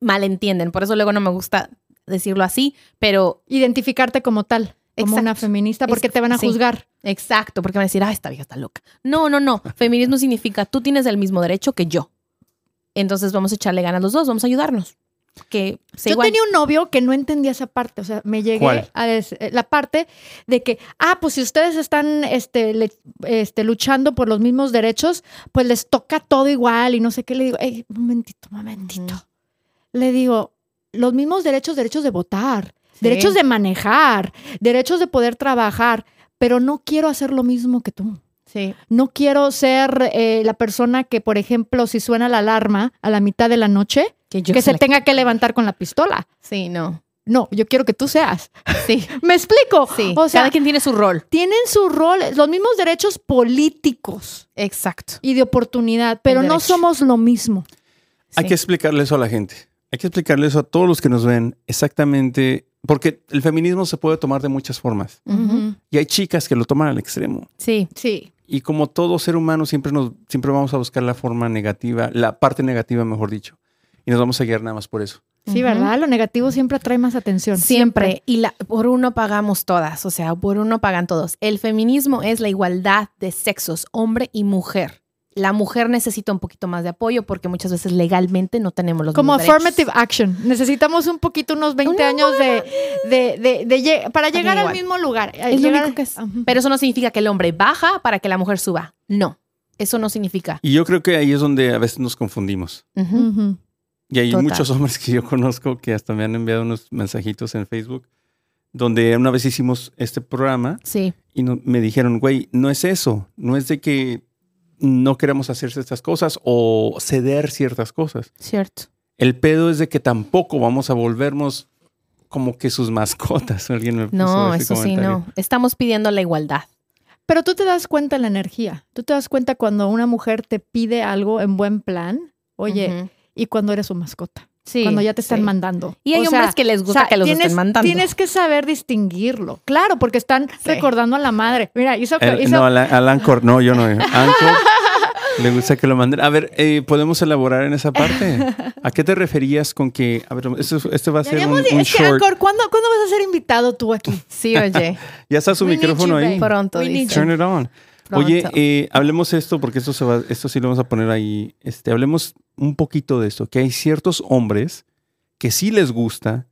Speaker 2: malentienden. Por eso luego no me gusta decirlo así, pero
Speaker 3: Identificarte como tal, como una
Speaker 2: Exacto.
Speaker 3: feminista,
Speaker 2: Es-
Speaker 3: porque te van a
Speaker 2: sí.
Speaker 3: juzgar.
Speaker 2: exacto, porque van a decir, ah, esta vieja está loca. No, no, no. Feminismo significa tú tienes el mismo derecho que yo. Entonces vamos a echarle ganas los dos, vamos a ayudarnos. Que sea
Speaker 3: Yo
Speaker 2: igual.
Speaker 3: tenía un novio que no entendía esa parte, o sea, me llegué
Speaker 1: ¿Cuál?
Speaker 3: a des- eh, la parte de que, ah, pues si ustedes están este, le- este, luchando por los mismos derechos, pues les toca todo igual y no sé qué. Le digo, hey, momentito, momentito.
Speaker 2: Ujú.
Speaker 3: Le digo, los mismos derechos, derechos de votar,
Speaker 2: Sí.
Speaker 3: derechos de manejar, derechos de poder trabajar, pero no quiero hacer lo mismo que tú.
Speaker 2: Sí.
Speaker 3: No quiero ser eh, la persona que, por ejemplo, si suena la alarma a la mitad de la noche,
Speaker 2: Que yo
Speaker 3: que se
Speaker 2: la-
Speaker 3: tenga que levantar con la pistola.
Speaker 2: Sí, no.
Speaker 3: No, yo quiero que tú seas.
Speaker 2: Sí,
Speaker 3: ¿Me explico?
Speaker 2: sí.
Speaker 3: O sea,
Speaker 2: cada quien tiene su rol.
Speaker 3: tienen su rol, los mismos derechos políticos
Speaker 2: Exacto.
Speaker 3: y de oportunidad, pero no
Speaker 2: derecho.
Speaker 3: somos lo mismo.
Speaker 1: Hay
Speaker 2: Sí.
Speaker 1: que explicarle eso a la gente. Hay que explicarle eso a todos los que nos ven exactamente, porque el feminismo se puede tomar de muchas formas.
Speaker 2: Ujú.
Speaker 1: Y hay chicas que lo toman al extremo.
Speaker 2: Sí.
Speaker 3: Sí.
Speaker 1: Y como todo ser humano, siempre, nos, siempre vamos a buscar la forma negativa, la parte negativa, mejor dicho. Y nos vamos a guiar nada más por eso.
Speaker 2: Ujú.
Speaker 3: Sí, ¿verdad? Lo negativo siempre atrae más atención.
Speaker 2: Siempre. Y la, por uno pagamos todas, o sea, por uno pagan todos. El feminismo es la igualdad de sexos, hombre y mujer. La mujer necesita un poquito más de apoyo porque muchas veces legalmente no tenemos los
Speaker 3: Como
Speaker 2: mismos
Speaker 3: affirmative action. Necesitamos un poquito, unos 20
Speaker 2: Una
Speaker 3: años de, de, de- de lle- para llegar al
Speaker 2: igual.
Speaker 3: mismo lugar. eh,
Speaker 2: derechos. Es lo
Speaker 3: llegar-
Speaker 2: único que es.
Speaker 3: Ujú.
Speaker 2: Pero eso no significa que el hombre baja para que la mujer suba. No, eso no significa.
Speaker 1: Y yo creo que ahí es donde a veces nos confundimos.
Speaker 2: Ujú.
Speaker 3: Ujú.
Speaker 1: Y hay
Speaker 2: Total.
Speaker 1: muchos hombres que yo conozco que hasta me han enviado unos mensajitos en Facebook, donde una vez hicimos este programa
Speaker 2: Sí,
Speaker 1: y no- me dijeron, güey, no es eso, no es de que no queramos hacer estas cosas o ceder ciertas cosas.
Speaker 2: cierto.
Speaker 1: El pedo es de que tampoco vamos a volvernos como que sus mascotas. Alguien me puso
Speaker 2: No,
Speaker 1: ese
Speaker 2: eso sí,
Speaker 1: comentario.
Speaker 2: no. Estamos pidiendo la igualdad.
Speaker 3: Pero tú te das cuenta la energía. Tú te das cuenta cuando una mujer te pide algo en buen plan, oye,
Speaker 2: Ujú.
Speaker 3: y cuando eres su mascota.
Speaker 2: sí,
Speaker 3: cuando ya te están
Speaker 2: sí.
Speaker 3: mandando.
Speaker 2: Y hay
Speaker 3: O sea,
Speaker 2: hombres que les
Speaker 3: o
Speaker 2: gusta
Speaker 3: sea,
Speaker 2: que los
Speaker 3: tienes,
Speaker 2: estén mandando.
Speaker 3: Tienes que saber distinguirlo. Claro, porque están recordando a la madre. Mira, hizo,
Speaker 1: El-
Speaker 3: hizo-
Speaker 1: no, al, al Anchor, no, yo no. Anchor le gusta que lo manden. A ver, eh, ¿podemos elaborar en esa parte? ¿A qué te referías con que.? A ver, esto- este, va a
Speaker 3: Ya
Speaker 1: ser un,
Speaker 3: habíamos di-
Speaker 1: un
Speaker 3: es que,
Speaker 1: short.
Speaker 3: Ancor, ¿cuándo, ¿cuándo vas a ser invitado tú aquí?
Speaker 2: Sí, oye.
Speaker 1: Ya está su
Speaker 3: We need
Speaker 1: micrófono
Speaker 3: you,
Speaker 1: ahí.
Speaker 3: babe.
Speaker 2: Pronto,
Speaker 3: We
Speaker 2: dice.
Speaker 3: need you.
Speaker 1: Turn it on.
Speaker 2: Pronto.
Speaker 1: Oye, eh, hablemos esto porque esto, se va, esto sí lo vamos a poner ahí. Este, hablemos un poquito de esto, que hay ciertos hombres que sí les gusta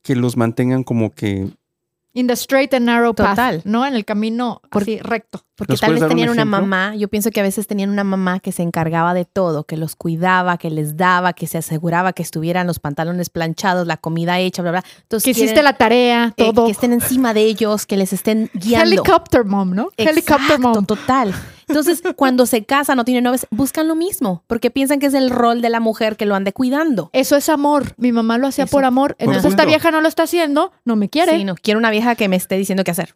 Speaker 1: que los mantengan como que
Speaker 3: In the straight and narrow path.
Speaker 2: Total.
Speaker 3: ¿No? En el camino
Speaker 2: Por-
Speaker 3: así, recto.
Speaker 2: Porque
Speaker 1: ¿Nos
Speaker 2: tal
Speaker 1: puedes
Speaker 2: vez
Speaker 1: dar un
Speaker 2: tenían una
Speaker 1: ejemplo?
Speaker 2: mamá, yo pienso que a veces tenían una mamá que se encargaba de todo, que los cuidaba, que les daba, que se aseguraba que estuvieran los pantalones planchados, la comida hecha, bla, bla. Entonces,
Speaker 3: Que hiciste
Speaker 2: quieren,
Speaker 3: la tarea,
Speaker 2: eh,
Speaker 3: todo.
Speaker 2: que estén encima de ellos, que les estén guiando.
Speaker 3: Helicopter mom, ¿no? Helicopter
Speaker 2: Exacto,
Speaker 3: mom.
Speaker 2: total. Entonces, cuando se casan o tienen novios, buscan lo mismo, porque piensan que es el rol de la mujer que lo ande cuidando.
Speaker 3: Eso es amor. Mi mamá lo hacía
Speaker 2: Eso.
Speaker 3: por amor. Entonces esta
Speaker 1: supuesto.
Speaker 3: vieja no lo está haciendo, no me quiere.
Speaker 2: Sí, no, quiero una vieja que me esté diciendo qué hacer.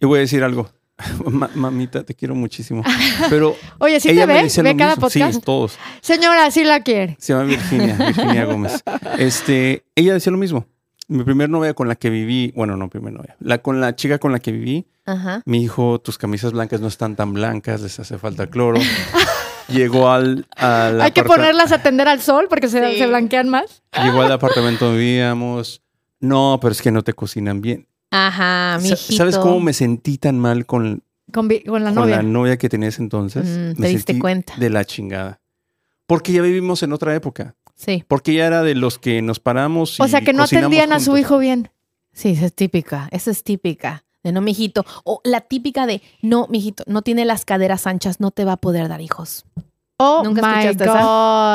Speaker 1: Yo voy a decir algo. Ma- mamita, te quiero muchísimo. Pero
Speaker 3: Oye, si
Speaker 1: ella
Speaker 3: te
Speaker 1: me
Speaker 3: ve,
Speaker 1: dice
Speaker 3: ve
Speaker 1: lo
Speaker 3: cada
Speaker 1: mismo.
Speaker 3: podcast.
Speaker 1: Sí, todos.
Speaker 3: Señora, sí la quiere.
Speaker 1: Se llama Virginia, Virginia Gómez. Este, ella decía lo mismo. Mi primer novia con la que viví, bueno, no primer novia, la con la chica con la que viví,
Speaker 2: Ajá.
Speaker 1: me dijo, tus camisas blancas no están tan blancas, les hace falta cloro. Llegó al, al
Speaker 3: Hay que
Speaker 1: aparta-
Speaker 3: ponerlas a atender al sol porque se,
Speaker 2: Sí.
Speaker 3: se blanquean más.
Speaker 1: Llegó al apartamento donde vivíamos. No, pero es que no te cocinan bien. Sa-
Speaker 2: Ajá, mijito.
Speaker 1: ¿Sabes cómo me sentí tan mal con,
Speaker 3: Con, vi- con la
Speaker 1: con
Speaker 3: novia.
Speaker 1: la novia que tenías entonces?
Speaker 2: Mm, te
Speaker 1: Me
Speaker 2: diste
Speaker 1: sentí
Speaker 2: cuenta.
Speaker 1: De la chingada. Porque ya vivimos en otra época.
Speaker 2: Sí,
Speaker 1: Porque ella era de los que nos paramos. Y
Speaker 3: o sea, que no
Speaker 1: cocinamos
Speaker 3: atendían a su
Speaker 1: juntos.
Speaker 3: hijo bien.
Speaker 2: sí, esa es típica. Esa es típica. De no, mijito. O la típica de no, mijito, no tiene las caderas anchas, no te va a poder dar hijos.
Speaker 3: Oh
Speaker 2: Nunca
Speaker 3: my
Speaker 2: escuchaste esa.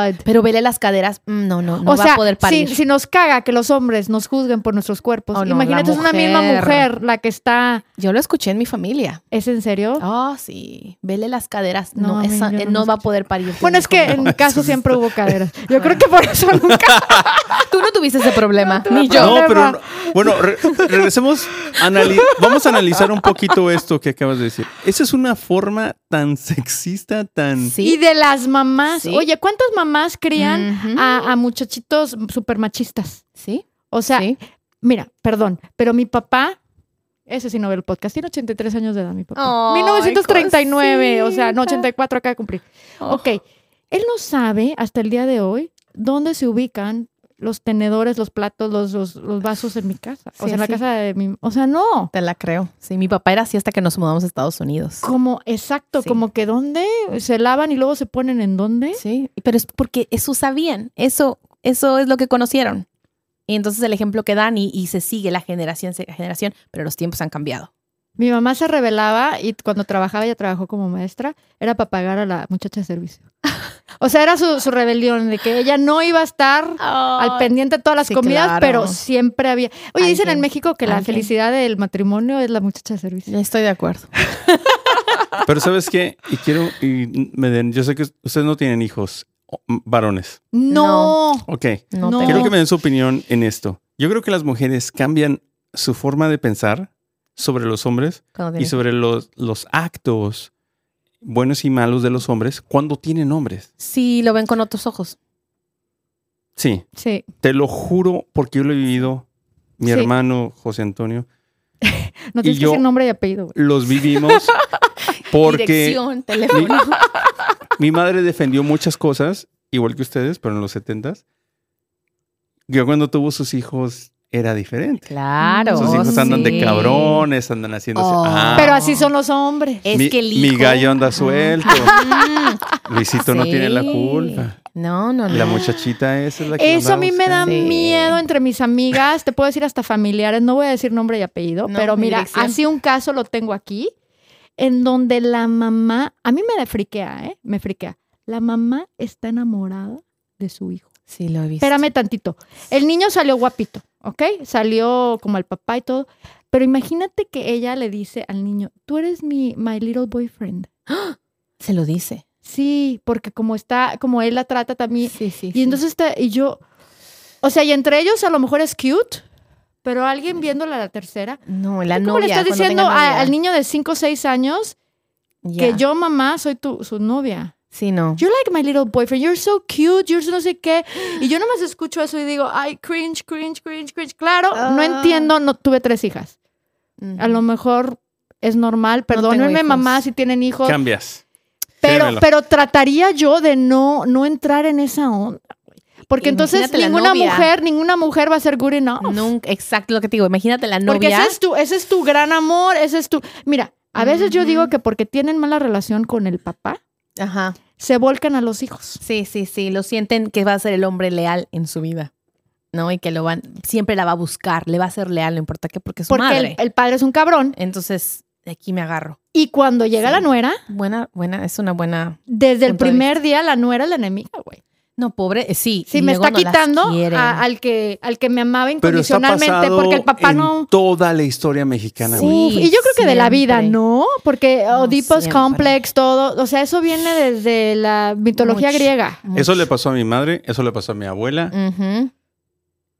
Speaker 3: God.
Speaker 2: Pero vele las caderas. mm, No, no, no
Speaker 3: o
Speaker 2: va
Speaker 3: sea,
Speaker 2: a poder
Speaker 3: si,
Speaker 2: parir.
Speaker 3: si nos caga que los hombres nos juzguen por nuestros cuerpos,
Speaker 2: Oh, no,
Speaker 3: imagínate,
Speaker 2: la
Speaker 3: es una misma
Speaker 2: mujer.
Speaker 3: mujer la que está.
Speaker 2: Yo lo escuché en mi familia.
Speaker 3: ¿Es en serio?
Speaker 2: Oh, sí. Vele las caderas.
Speaker 3: No,
Speaker 2: No,
Speaker 3: a mí
Speaker 2: esa-
Speaker 3: yo
Speaker 2: eh,
Speaker 3: no
Speaker 2: no,
Speaker 3: lo
Speaker 2: va a poder parir.
Speaker 3: Bueno, es que en mi caso siempre hubo caderas. Yo creo que por eso nunca.
Speaker 2: tú no tuviste ese problema. ni yo.
Speaker 3: problema.
Speaker 1: No, pero no- bueno, re- regresemos. anali- vamos a analizar un poquito esto que acabas de decir. Esa es una forma tan sexista, tan.
Speaker 3: Y de las mamás.
Speaker 2: Sí. Mm.
Speaker 3: Oye, ¿cuántas mamás crían
Speaker 2: Ujú.
Speaker 3: a, a muchachitos super machistas?
Speaker 2: Sí.
Speaker 3: O sea,
Speaker 2: sí.
Speaker 3: mira, perdón, pero mi papá. Ese sí no ve el podcast. Tiene 83 años de edad, mi papá.
Speaker 2: Ay,
Speaker 3: 1939, o sea,
Speaker 2: cosita.
Speaker 3: no,
Speaker 2: Oh.
Speaker 3: 84 acá cumplí. Ok, él no sabe hasta el día de hoy dónde se ubican los tenedores, los platos, los, los- los vasos en mi casa. o
Speaker 2: Sí,
Speaker 3: sea, en la
Speaker 2: sí.
Speaker 3: casa de mi... O sea, no.
Speaker 2: Te la creo. Sí, mi papá era así hasta que nos mudamos a Estados Unidos.
Speaker 3: Como, exacto,
Speaker 2: Sí.
Speaker 3: como que dónde se lavan y luego se ponen en dónde.
Speaker 2: Sí, pero es porque eso sabían, eso, eso es lo que conocieron. Y entonces el ejemplo que dan y, y se sigue la generación, se- generación, pero los tiempos han cambiado.
Speaker 3: Mi mamá se revelaba y cuando trabajaba, ella trabajó como maestra, era para pagar a la muchacha de servicio. O sea, era su, su rebelión de que ella no iba a estar al pendiente de todas las
Speaker 2: sí,
Speaker 3: comidas,
Speaker 2: claro.
Speaker 3: pero siempre había. Oye, dicen en
Speaker 2: Alguien,
Speaker 3: México que la
Speaker 2: alguien.
Speaker 3: felicidad del matrimonio es la muchacha de servicio.
Speaker 2: Estoy de acuerdo.
Speaker 1: Pero sabes qué, y quiero, y me den, yo sé que ustedes no tienen hijos o- m- varones.
Speaker 3: No.
Speaker 1: Ok,
Speaker 2: No,
Speaker 3: No.
Speaker 2: tengo-
Speaker 1: quiero que me den su opinión en esto. Yo creo que las mujeres cambian su forma de pensar sobre los hombres
Speaker 2: cuando
Speaker 1: y
Speaker 2: tenía-
Speaker 1: sobre los, los actos buenos y malos de los hombres cuando tienen hombres.
Speaker 2: Sí, lo ven con otros ojos.
Speaker 1: Sí,
Speaker 3: Sí.
Speaker 1: te lo juro porque yo lo he vivido. Mi
Speaker 3: Sí.
Speaker 1: hermano José Antonio,
Speaker 3: No
Speaker 1: Y
Speaker 3: tienes
Speaker 1: yo-
Speaker 3: que decir nombre y apellido, güey.
Speaker 1: los vivimos porque
Speaker 2: Dirección, teléfono.
Speaker 1: Mi madre defendió muchas cosas, igual que ustedes, pero en los 70s. Yo cuando tuvo sus hijos era diferente.
Speaker 2: claro.
Speaker 1: Sus hijos andan
Speaker 2: Oh, sí.
Speaker 1: de cabrones, andan haciéndose.
Speaker 2: Oh.
Speaker 1: Ah,
Speaker 3: Pero así son los hombres.
Speaker 2: Es
Speaker 1: mi,
Speaker 2: que el
Speaker 1: mi
Speaker 2: hijo-
Speaker 1: gallo anda
Speaker 2: Ajá.
Speaker 1: suelto.
Speaker 2: Mm.
Speaker 1: Luisito no
Speaker 2: Sí.
Speaker 1: tiene la culpa.
Speaker 2: No, no, no.
Speaker 1: La muchachita esa es la que
Speaker 3: Eso a
Speaker 1: andaba
Speaker 3: mí me da
Speaker 1: buscando.
Speaker 2: Sí.
Speaker 3: miedo entre mis amigas, te puedo decir hasta familiares, no voy a decir nombre y apellido,
Speaker 2: No,
Speaker 3: pero
Speaker 2: ni
Speaker 3: mira,
Speaker 2: dirección.
Speaker 3: así un caso lo tengo aquí, en donde la mamá, a mí me da friquea, ¿eh? Me friquea. La mamá está enamorada de su hijo.
Speaker 2: Sí, lo he visto.
Speaker 3: Espérame tantito. El niño salió guapito, ¿ok? Salió como el papá y todo. Pero imagínate que ella le dice al niño, tú eres mi my little boyfriend.
Speaker 2: Se lo dice.
Speaker 3: Sí, porque como está, como él la trata también,
Speaker 2: sí, sí.
Speaker 3: y entonces está, y yo, o sea, y entre ellos a lo mejor es cute, pero alguien viéndola a la tercera.
Speaker 2: No, la
Speaker 3: ¿tú
Speaker 2: novia.
Speaker 3: ¿Cómo le estás
Speaker 2: cuando
Speaker 3: diciendo
Speaker 2: tenga
Speaker 3: a-
Speaker 2: novia.
Speaker 3: al niño de 5 o 6 años
Speaker 2: Ya.
Speaker 3: que yo, mamá, soy tu, su novia?
Speaker 2: Sí, no.
Speaker 3: You're like my little boyfriend, you're so cute, you're so no sé qué. Y yo nomás escucho eso y digo, ay, cringe, cringe, cringe, cringe. Claro, no
Speaker 2: Ah.
Speaker 3: entiendo, no tuve tres hijas. A lo mejor es normal,
Speaker 2: tengo
Speaker 3: perdónenme,
Speaker 2: hijos.
Speaker 3: mamá, si tienen hijos,
Speaker 1: Cambias.
Speaker 3: pero,
Speaker 1: créemelo.
Speaker 3: pero trataría yo de no, no entrar en esa onda. güey. Porque entonces
Speaker 2: Imagínate la
Speaker 3: ninguna
Speaker 2: novia.
Speaker 3: mujer, ninguna mujer va a ser good enough.
Speaker 2: Nunca, exacto lo que te digo. Imagínate la novia.
Speaker 3: Porque ese es tu, ese es tu gran amor, ese es tu. Mira, a veces yo digo
Speaker 2: Ujú.
Speaker 3: que porque tienen mala relación con el papá,
Speaker 2: Ajá.
Speaker 3: se volcan a los hijos.
Speaker 2: Sí, sí, sí. Lo sienten que va a ser el hombre leal en su vida. ¿No? Y que lo van, siempre la va a buscar, le va a ser leal, no importa qué, porque es su
Speaker 3: Porque el-
Speaker 2: madre.
Speaker 3: El, padre es un cabrón.
Speaker 2: Entonces, de aquí me agarro.
Speaker 3: Y cuando llega
Speaker 2: Sí.
Speaker 3: la nuera,
Speaker 2: Buena, buena, es una buena.
Speaker 3: desde el
Speaker 2: Punto de
Speaker 3: primer día la nuera es la enemiga, güey.
Speaker 2: No, pobre, eh, sí.
Speaker 3: Sí,
Speaker 2: y
Speaker 3: me
Speaker 2: luego
Speaker 3: está
Speaker 2: no las
Speaker 3: quitando
Speaker 2: quieren.
Speaker 3: a- al, que, al que me amaba
Speaker 1: Pero está
Speaker 3: incondicionalmente
Speaker 1: pasado
Speaker 3: porque el papá
Speaker 1: en
Speaker 3: no.
Speaker 1: toda la historia mexicana.
Speaker 2: Sí.
Speaker 1: güey.
Speaker 3: Uf, y yo creo que de la vida,
Speaker 2: siempre.
Speaker 3: ¿no? Porque
Speaker 2: No,
Speaker 3: Oedipus
Speaker 2: siempre.
Speaker 3: Complex, todo, o sea, eso viene desde la mitología
Speaker 2: Mucho.
Speaker 3: griega.
Speaker 2: Mucho.
Speaker 1: Eso le pasó a mi madre, eso le pasó a mi abuela,
Speaker 2: Ujú.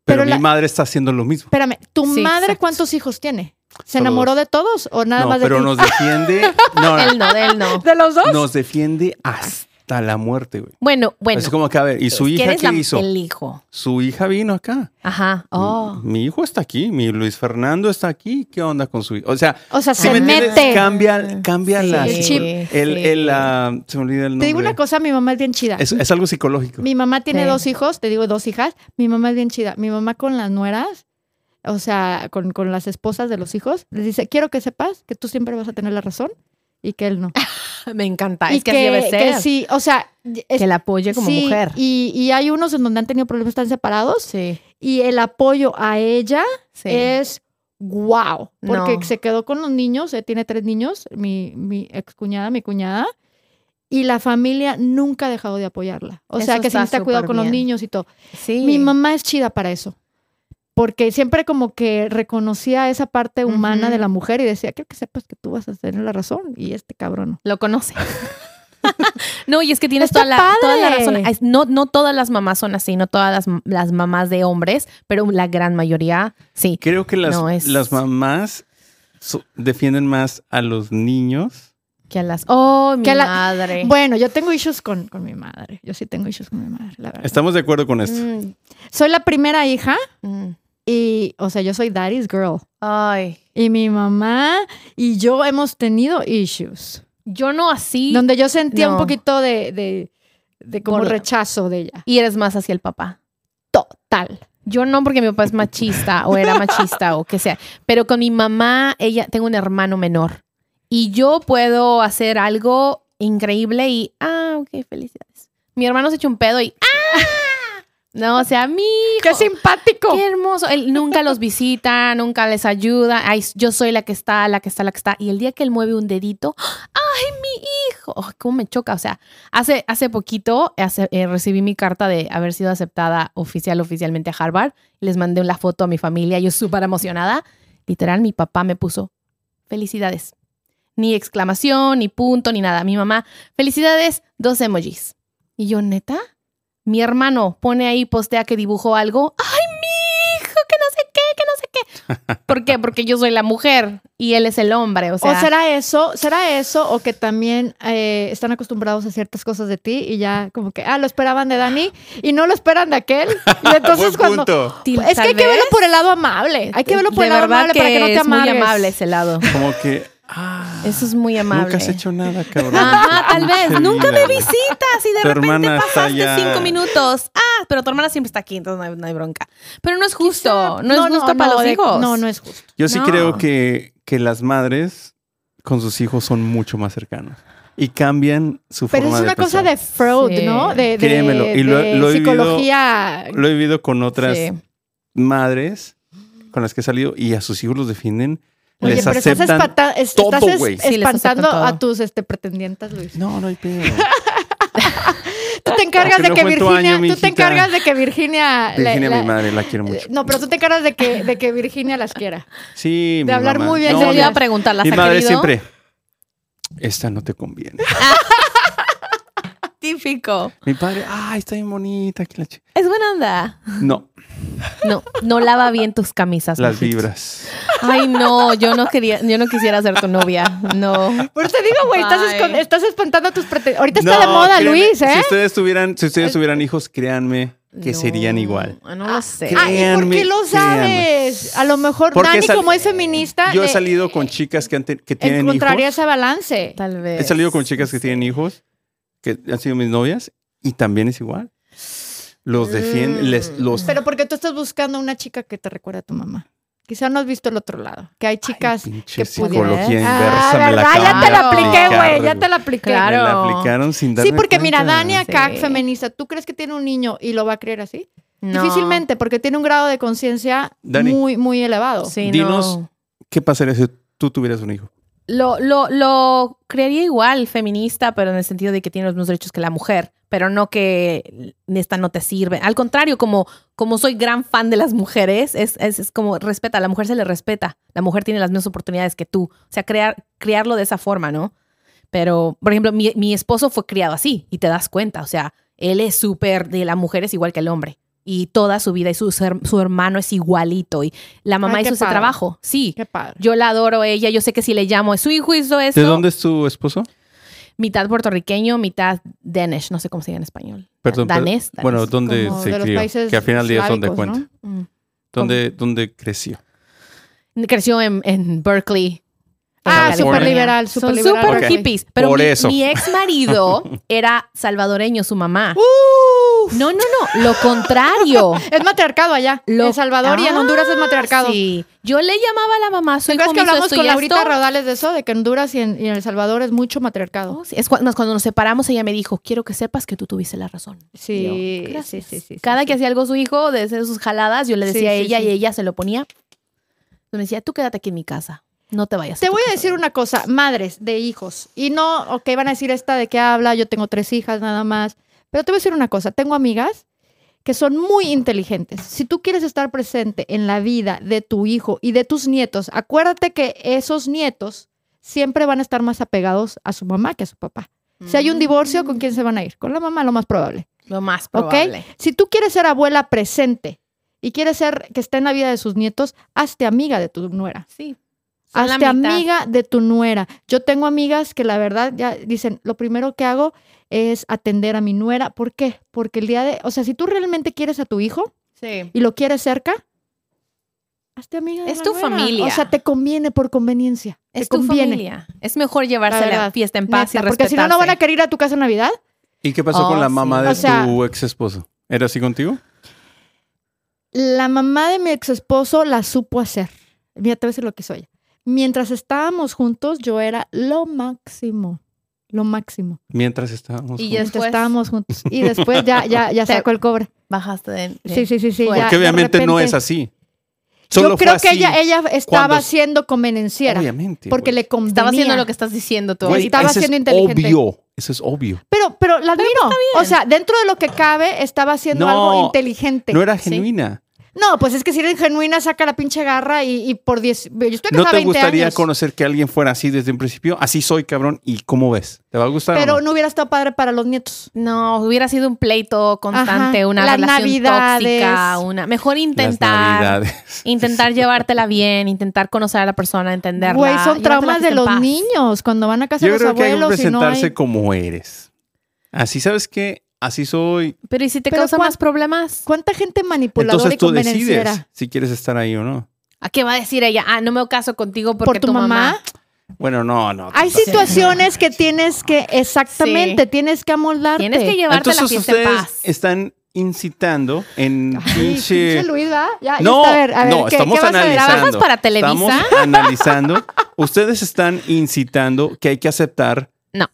Speaker 1: pero,
Speaker 3: pero la-
Speaker 1: mi madre está haciendo lo mismo.
Speaker 3: Espérame, ¿tu
Speaker 2: Sí,
Speaker 3: madre
Speaker 2: exacto.
Speaker 3: cuántos hijos tiene? ¿Se
Speaker 1: Solo
Speaker 3: enamoró
Speaker 1: dos.
Speaker 3: de todos o nada
Speaker 1: No,
Speaker 3: más de
Speaker 1: pero
Speaker 3: ti?
Speaker 1: nos defiende. No, no,
Speaker 2: Él no, de él no.
Speaker 3: ¿De los dos?
Speaker 1: nos defiende hasta la muerte, güey.
Speaker 2: Bueno, bueno.
Speaker 1: Así como que, a ver, ¿y su
Speaker 2: es que
Speaker 1: hija
Speaker 2: eres
Speaker 1: qué
Speaker 2: la-
Speaker 1: hizo? Mm,
Speaker 2: El hijo.
Speaker 1: Su hija vino acá.
Speaker 2: Ajá. Oh.
Speaker 1: Mi mi hijo está aquí, mi Luis Fernando está aquí. ¿Qué onda con su hijo? O sea,
Speaker 3: O sea,
Speaker 1: si
Speaker 2: ¿sí
Speaker 3: se
Speaker 1: me entiendes?
Speaker 3: mete.
Speaker 1: Cambia, cambia
Speaker 2: Sí,
Speaker 1: la-
Speaker 3: el chip.
Speaker 1: El,
Speaker 2: sí.
Speaker 1: el, ah, se me olvida el nombre.
Speaker 3: Te digo una cosa, mi mamá es bien chida.
Speaker 1: Es, es algo psicológico.
Speaker 3: Mi mamá tiene
Speaker 2: Sí.
Speaker 3: dos hijos, te digo dos hijas. Mi mamá es bien chida. Mi mamá con las nueras, o sea, con, con las esposas de los hijos, les dice, quiero que sepas que tú siempre vas a tener la razón y que él no.
Speaker 2: Me encanta.
Speaker 3: y
Speaker 2: Ah, es que, así debe ser.
Speaker 3: que sí, o sea, es-
Speaker 2: que la apoye como
Speaker 3: sí,
Speaker 2: mujer.
Speaker 3: Y, y hay unos en donde han tenido problemas, están separados
Speaker 2: Sí,
Speaker 3: y el apoyo a ella
Speaker 2: sí.
Speaker 3: es wow. Porque
Speaker 2: No.
Speaker 3: se quedó con los niños, eh, tiene tres niños, mi, mi excuñada, mi cuñada, y la familia nunca ha dejado de apoyarla. O
Speaker 2: Eso
Speaker 3: sea, que
Speaker 2: está
Speaker 3: siempre está cuidado
Speaker 2: súper
Speaker 3: con los
Speaker 2: bien.
Speaker 3: niños y todo.
Speaker 2: Sí.
Speaker 3: Mi mamá es chida para eso. Porque siempre como que reconocía esa parte humana
Speaker 2: Ujú.
Speaker 3: de la mujer y decía, quiero que sepas que tú vas a tener la razón y este cabrón no.
Speaker 2: lo conoce. no, y es que tienes
Speaker 3: Está
Speaker 2: toda la, toda la
Speaker 3: padre.
Speaker 2: razón. Es- No, no todas las mamás son así, no todas las, las mamás de hombres, pero la gran mayoría sí.
Speaker 1: Creo que las,
Speaker 2: No, es-
Speaker 1: las mamás so- defienden más a los niños.
Speaker 2: Que a las. ¡Oh, mi
Speaker 3: Que a la-
Speaker 2: madre!
Speaker 3: Bueno, yo tengo issues con, con mi madre. Yo sí tengo issues con mi madre, la verdad.
Speaker 1: Estamos de acuerdo con esto.
Speaker 2: Mm,
Speaker 3: Soy la primera hija
Speaker 2: mm.
Speaker 3: y, o sea, yo soy daddy's girl.
Speaker 2: Ay.
Speaker 3: Y mi mamá y yo hemos tenido issues.
Speaker 2: Yo no así.
Speaker 3: Donde yo sentía un
Speaker 2: No.
Speaker 3: poquito de, de, de como
Speaker 2: Por la-
Speaker 3: rechazo de ella.
Speaker 2: Y eres más hacia el papá.
Speaker 3: Total.
Speaker 2: Yo no, porque mi papá es machista o era machista o que sea. Pero con mi mamá, ella, tengo un hermano menor. Y yo puedo hacer algo increíble y, ah, ok, felicidades. Mi hermano se echó un pedo y, ah, no, o sea, mi hijo,
Speaker 3: ¡Qué simpático!
Speaker 2: qué hermoso. Él nunca los visita, nunca les ayuda. Ay, yo soy la que está, la que está, la que está. Y el día que él mueve un dedito, ay, mi hijo, Oh, cómo me choca. O sea, hace, hace poquito hace- eh, recibí mi carta de haber sido aceptada oficial, oficialmente a Harvard. Les mandé la foto a mi familia, yo súper emocionada. Literal, mi papá me puso felicidades. Ni exclamación, ni punto, ni nada. Mi mamá, felicidades, dos emojis. Y yo, neta, mi hermano pone ahí, postea que dibujó algo. ¡Ay, mi hijo! Que no sé qué, que no sé qué. ¿Por qué? Porque yo soy la mujer y él es el hombre. O sea,
Speaker 3: O será eso, será eso, o que también eh, están acostumbrados a ciertas cosas de ti y ya como que, ah, lo esperaban de Dani y no lo esperan de aquel. Y entonces cuando...
Speaker 1: punto.
Speaker 2: til-
Speaker 3: Es que
Speaker 2: tal
Speaker 3: hay que verlo
Speaker 2: vez.
Speaker 3: por el lado amable. Hay que verlo por
Speaker 2: De
Speaker 3: el lado
Speaker 2: verdad
Speaker 3: amable para que no te
Speaker 2: es muy
Speaker 3: amargues.
Speaker 2: amable ese lado.
Speaker 1: Como que, ah,
Speaker 2: Eso es muy amable.
Speaker 1: nunca has hecho nada, cabrón.
Speaker 2: Ajá, tal vez.
Speaker 1: Pinche
Speaker 2: Nunca
Speaker 1: vida.
Speaker 2: me visitas y de
Speaker 1: Tu
Speaker 2: repente
Speaker 1: hermana está
Speaker 2: pasaste
Speaker 1: ya-
Speaker 2: cinco minutos. Ah, pero tu hermana siempre está aquí, entonces no hay, no hay bronca. Pero no es justo.
Speaker 3: Quizá-
Speaker 2: no, es justo para
Speaker 3: no,
Speaker 2: los
Speaker 3: de-
Speaker 2: hijos.
Speaker 3: No, no es justo.
Speaker 1: Yo sí
Speaker 2: No.
Speaker 1: creo que, que las madres con sus hijos son mucho más cercanos y cambian su
Speaker 3: Pero
Speaker 1: forma
Speaker 3: es
Speaker 1: de
Speaker 3: una cosa
Speaker 1: pensar.
Speaker 3: de fraud,
Speaker 2: Sí.
Speaker 3: ¿no? De, de-
Speaker 1: Créemelo, y lo-
Speaker 3: de
Speaker 1: lo he vivido-
Speaker 3: psicología.
Speaker 1: Lo he vivido con otras
Speaker 2: Sí.
Speaker 1: madres con las que he salido y a sus hijos los defienden,
Speaker 3: Oye,
Speaker 1: les
Speaker 3: pero estás,
Speaker 1: aceptan.
Speaker 3: espanta- es-
Speaker 1: todo,
Speaker 3: estás es-
Speaker 1: güey.
Speaker 2: Sí, les
Speaker 3: espantando
Speaker 2: aceptan todo.
Speaker 3: a tus este, pretendientes, Luis.
Speaker 1: No, no hay pedo.
Speaker 3: Tú te encargas
Speaker 1: que
Speaker 3: de
Speaker 1: no
Speaker 3: que
Speaker 1: fue en tu año,
Speaker 3: Virginia, tú te
Speaker 1: mijita.
Speaker 3: encargas de que Virginia, le-
Speaker 1: Virginia,
Speaker 3: la-
Speaker 1: mi madre, la quiero mucho.
Speaker 3: no, pero tú te encargas de que de que Virginia las quiera.
Speaker 1: Sí, mi
Speaker 3: hablar
Speaker 1: mamá.
Speaker 3: muy bien
Speaker 1: No,
Speaker 3: de
Speaker 2: Yo
Speaker 1: mi-
Speaker 2: iba a preguntar, ¿las
Speaker 1: Mi
Speaker 2: ha
Speaker 1: madre
Speaker 2: querido?
Speaker 1: siempre. Esta no te conviene.
Speaker 2: Típico.
Speaker 1: Mi padre, ay, está bien bonita. que la chi-".
Speaker 2: Es buena onda.
Speaker 1: No,
Speaker 2: No, no lava bien tus camisas.
Speaker 1: las
Speaker 2: mijito.
Speaker 1: vibras.
Speaker 2: Ay, no, yo no quería, yo no quisiera ser tu novia. No.
Speaker 3: Por eso te digo, güey, estás,
Speaker 2: Ay.
Speaker 3: escon- estás espantando a tus pretendientes. Ahorita está de
Speaker 1: No,
Speaker 3: moda,
Speaker 1: créeme,
Speaker 3: Luis,
Speaker 1: Si
Speaker 3: ¿eh?
Speaker 1: ustedes tuvieran, si ustedes tuvieran hijos, créanme que
Speaker 2: No,
Speaker 1: serían igual.
Speaker 2: No lo sé.
Speaker 1: ¿qué?
Speaker 3: Ah, ¿y por
Speaker 1: Créanme,
Speaker 3: qué lo
Speaker 1: créanme.
Speaker 3: sabes? A lo mejor
Speaker 1: Porque
Speaker 3: Dani,
Speaker 1: sal-
Speaker 3: como es feminista, eh,
Speaker 1: Yo he
Speaker 3: le-
Speaker 1: salido con chicas que, han te- que tienen
Speaker 3: encontraría
Speaker 1: hijos.
Speaker 3: ese balance.
Speaker 2: Tal vez.
Speaker 1: He salido con chicas que tienen hijos, que han sido mis novias, y también es igual. Los defienden,
Speaker 2: Mm.
Speaker 1: les, los...
Speaker 3: Pero porque tú estás buscando una chica que te recuerde a tu mamá. Quizá no has visto el otro lado, que hay chicas
Speaker 1: Pinche
Speaker 3: que
Speaker 1: psicología
Speaker 2: pudieras-
Speaker 1: inversa.
Speaker 3: Ah,
Speaker 1: me la
Speaker 3: ¿verdad?
Speaker 1: acaban
Speaker 3: Ya te
Speaker 1: de
Speaker 3: la apliqué,
Speaker 1: aplicar,
Speaker 3: güey, ya te la apliqué.
Speaker 2: Claro.
Speaker 1: Me la aplicaron sin darme
Speaker 3: Sí, porque mira,
Speaker 1: cuenta.
Speaker 3: Dani acá,
Speaker 2: Sí.
Speaker 3: feminista, ¿tú crees que tiene un niño y lo va a creer así?
Speaker 2: No.
Speaker 3: Difícilmente, porque tiene un grado de conciencia
Speaker 1: Dani.
Speaker 3: muy, muy elevado.
Speaker 2: Sí, no.
Speaker 1: Dinos. ¿Qué pasaría si tú tuvieras un hijo?
Speaker 2: Lo, lo, lo crearía igual feminista, pero en el sentido de que tiene los mismos derechos que la mujer, pero no que esta no te sirve. Al contrario, como, como soy gran fan de las mujeres, es, es, es como respeta, a la mujer se le respeta, la mujer tiene las mismas oportunidades que tú. O sea, crear, crearlo de esa forma, ¿no? Pero, por ejemplo, mi, mi esposo fue criado así y te das cuenta, o sea, él es súper de la mujer es igual que el hombre. Y toda su vida y su, ser- su hermano es igualito y la mamá
Speaker 3: Ay, qué
Speaker 2: hizo ese
Speaker 3: padre.
Speaker 2: trabajo, sí.
Speaker 3: Qué padre.
Speaker 2: Yo la adoro ella, yo sé que si le llamo, su hijo hizo eso.
Speaker 1: ¿De dónde es tu esposo?
Speaker 2: Mitad puertorriqueño, mitad danish, no sé cómo se diga en español.
Speaker 1: Perdón, pero-
Speaker 2: danés. danés.
Speaker 1: Bueno, ¿dónde
Speaker 3: Como de
Speaker 1: se
Speaker 3: los
Speaker 1: crió?
Speaker 3: países
Speaker 1: Que al final del día es donde
Speaker 3: eslávicos,
Speaker 1: cuenta.
Speaker 3: ¿no?
Speaker 2: Mm.
Speaker 1: ¿Dónde, ¿Dónde creció?
Speaker 2: Creció en, en Berkeley. en
Speaker 3: Ah,
Speaker 2: California.
Speaker 3: súper liberal,
Speaker 2: Son
Speaker 3: súper liberal.
Speaker 2: súper
Speaker 1: Ok.
Speaker 2: hippies. Pero
Speaker 1: Por
Speaker 2: mi,
Speaker 1: eso.
Speaker 2: mi ex marido era salvadoreño, su mamá.
Speaker 3: Uf.
Speaker 2: No, no, no, lo contrario.
Speaker 3: Es matriarcado allá.
Speaker 2: Lo- Ah,
Speaker 3: En Salvador y en Honduras es matriarcado.
Speaker 2: Sí. Yo le llamaba a la mamá, su
Speaker 3: ¿Te
Speaker 2: hijo
Speaker 3: acuerdas que
Speaker 2: me hizo
Speaker 3: hablamos
Speaker 2: esto
Speaker 3: con
Speaker 2: y
Speaker 3: Laurita
Speaker 2: esto.
Speaker 3: Rodales de eso? De que Honduras y en, y en El Salvador es mucho matriarcado.
Speaker 2: Oh, sí, Es cu- no, cuando nos separamos, ella me dijo, quiero que sepas que tú tuviste la razón.
Speaker 3: Sí,
Speaker 2: Yo,
Speaker 3: sí, sí, sí, sí,
Speaker 2: Cada
Speaker 3: sí.
Speaker 2: que hacía algo su hijo, de hacer sus jaladas, yo le
Speaker 3: Sí,
Speaker 2: decía a
Speaker 3: sí,
Speaker 2: ella
Speaker 3: sí.
Speaker 2: y ella se lo ponía. Entonces me decía, tú quédate aquí en mi casa. No te vayas. a
Speaker 3: Te
Speaker 2: tu
Speaker 3: voy a
Speaker 2: casa.
Speaker 3: decir una cosa, madres de hijos. Y no, ok, van a decir esta de qué habla, yo tengo tres hijas nada más. Pero te voy a decir una cosa, tengo amigas que son muy inteligentes. Si tú quieres estar presente en la vida de tu hijo y de tus nietos, acuérdate que esos nietos siempre van a estar más apegados a su mamá que a su papá. Si hay un
Speaker 2: Mm.
Speaker 3: divorcio, ¿con quién se van a ir? Con la mamá, lo más probable.
Speaker 2: Lo más
Speaker 3: ¿Ok?
Speaker 2: probable.
Speaker 3: Si tú quieres ser abuela presente y quieres ser que esté en la vida de sus nietos, hazte amiga de tu nuera.
Speaker 2: Sí. Son la
Speaker 3: Hazte
Speaker 2: mitad.
Speaker 3: amiga de tu nuera. Yo tengo amigas que la verdad ya dicen, lo primero que hago es atender a mi nuera. ¿Por qué? Porque el día de, o sea, si tú realmente quieres a tu hijo
Speaker 2: Sí.
Speaker 3: y lo quieres cerca, hazte amiga. de
Speaker 2: Es
Speaker 3: la
Speaker 2: tu
Speaker 3: nuera.
Speaker 2: familia.
Speaker 3: O sea, te conviene por conveniencia.
Speaker 2: Es
Speaker 3: te
Speaker 2: tu
Speaker 3: conviene.
Speaker 2: familia. Es mejor llevarse
Speaker 3: La
Speaker 2: la,
Speaker 3: verdad,
Speaker 2: fiesta en paz
Speaker 3: Neta,
Speaker 2: y
Speaker 3: porque si no, no van a
Speaker 2: respetarse.
Speaker 3: querer ir a tu casa en Navidad.
Speaker 1: ¿Y qué pasó
Speaker 2: Oh,
Speaker 1: con la
Speaker 2: sí.
Speaker 1: mamá de
Speaker 3: O sea-
Speaker 1: tu ex esposo? ¿Era así contigo?
Speaker 3: La mamá de mi ex esposo la supo hacer. Mira, te voy a decir lo que soy. Mientras estábamos juntos, yo era lo máximo. Lo máximo.
Speaker 1: Mientras estábamos.
Speaker 2: Y
Speaker 1: juntos.
Speaker 2: ya-
Speaker 3: Mientras
Speaker 2: después-
Speaker 3: estábamos juntos. Y después ya, ya, ya
Speaker 2: Te-
Speaker 3: sacó el cobre.
Speaker 2: Bajaste de... de-
Speaker 3: Sí, sí, sí, sí.
Speaker 2: Porque
Speaker 3: ya,
Speaker 1: Porque
Speaker 3: de
Speaker 1: obviamente no
Speaker 3: repente-
Speaker 1: es así. Solo
Speaker 3: yo
Speaker 1: fue
Speaker 3: creo que
Speaker 1: así.
Speaker 3: ella, ella estaba
Speaker 1: cuando-
Speaker 3: siendo convenenciera.
Speaker 1: Obviamente.
Speaker 3: Porque le convenía.
Speaker 2: Estaba haciendo lo que estás diciendo tú.
Speaker 1: Güey,
Speaker 2: ahorita.
Speaker 3: estaba
Speaker 1: eso
Speaker 3: siendo
Speaker 1: es
Speaker 3: inteligente.
Speaker 1: Obvio. Eso es obvio.
Speaker 3: Pero, pero la admiro. o sea, dentro de lo que cabe, estaba haciendo
Speaker 1: No,
Speaker 3: algo inteligente.
Speaker 1: No era
Speaker 2: Sí.
Speaker 1: genuina.
Speaker 3: No, pues es que si eres genuina, saca la pinche garra y, y por 10. Yo estoy
Speaker 1: ¿No
Speaker 3: casada
Speaker 1: te
Speaker 3: 20
Speaker 1: gustaría
Speaker 3: años.
Speaker 1: conocer que alguien fuera así desde un principio? Así soy, cabrón. ¿Y cómo ves? ¿Te va a gustar? o
Speaker 3: Pero
Speaker 1: no?
Speaker 3: no hubiera estado padre para los nietos.
Speaker 2: No, hubiera sido un pleito constante,
Speaker 3: Ajá,
Speaker 2: una
Speaker 3: las
Speaker 2: relación
Speaker 3: navidades.
Speaker 2: tóxica, una. Mejor
Speaker 1: Las
Speaker 2: intentar,
Speaker 1: navidades.
Speaker 2: intentar llevártela bien, intentar conocer a la persona, entenderla.
Speaker 3: Güey, son
Speaker 2: llevártela
Speaker 3: traumas
Speaker 2: que esté
Speaker 3: de
Speaker 2: en
Speaker 3: los
Speaker 2: paz.
Speaker 3: niños cuando van a casa
Speaker 1: Yo
Speaker 3: de los
Speaker 1: creo que hay que
Speaker 3: abuelos y no
Speaker 1: presentarse
Speaker 3: hay.
Speaker 1: como eres. Así sabes que así soy.
Speaker 2: Pero ¿y si te
Speaker 3: Pero
Speaker 2: causa
Speaker 3: cuan-
Speaker 2: más problemas?
Speaker 3: ¿Cuánta gente manipuladora
Speaker 1: Entonces
Speaker 3: Pues y
Speaker 1: tú decides
Speaker 3: convenenciera?
Speaker 1: si quieres estar ahí o no.
Speaker 2: ¿A qué va a decir ella? Ah, no me caso contigo porque
Speaker 3: ¿Por tu mamá?
Speaker 1: Bueno, no, no.
Speaker 3: Hay
Speaker 1: tampoco.
Speaker 3: situaciones que tienes que, exactamente, tienes que amoldarte.
Speaker 2: Tienes que llevarte la
Speaker 1: Entonces
Speaker 2: fiesta en
Speaker 1: ustedes
Speaker 2: paz.
Speaker 1: están incitando en
Speaker 3: Ay,
Speaker 1: pinche... ¿ah?
Speaker 3: pinche Luis, ¿verdad? Ya, ya
Speaker 1: No,
Speaker 3: está, a ver, a ver,
Speaker 1: no,
Speaker 3: ¿qué-
Speaker 1: estamos
Speaker 3: qué vas a ver?
Speaker 1: analizando.
Speaker 2: ¿Trabajas para Televisa?
Speaker 1: Estamos analizando. Ustedes están incitando que hay que aceptar.
Speaker 2: No.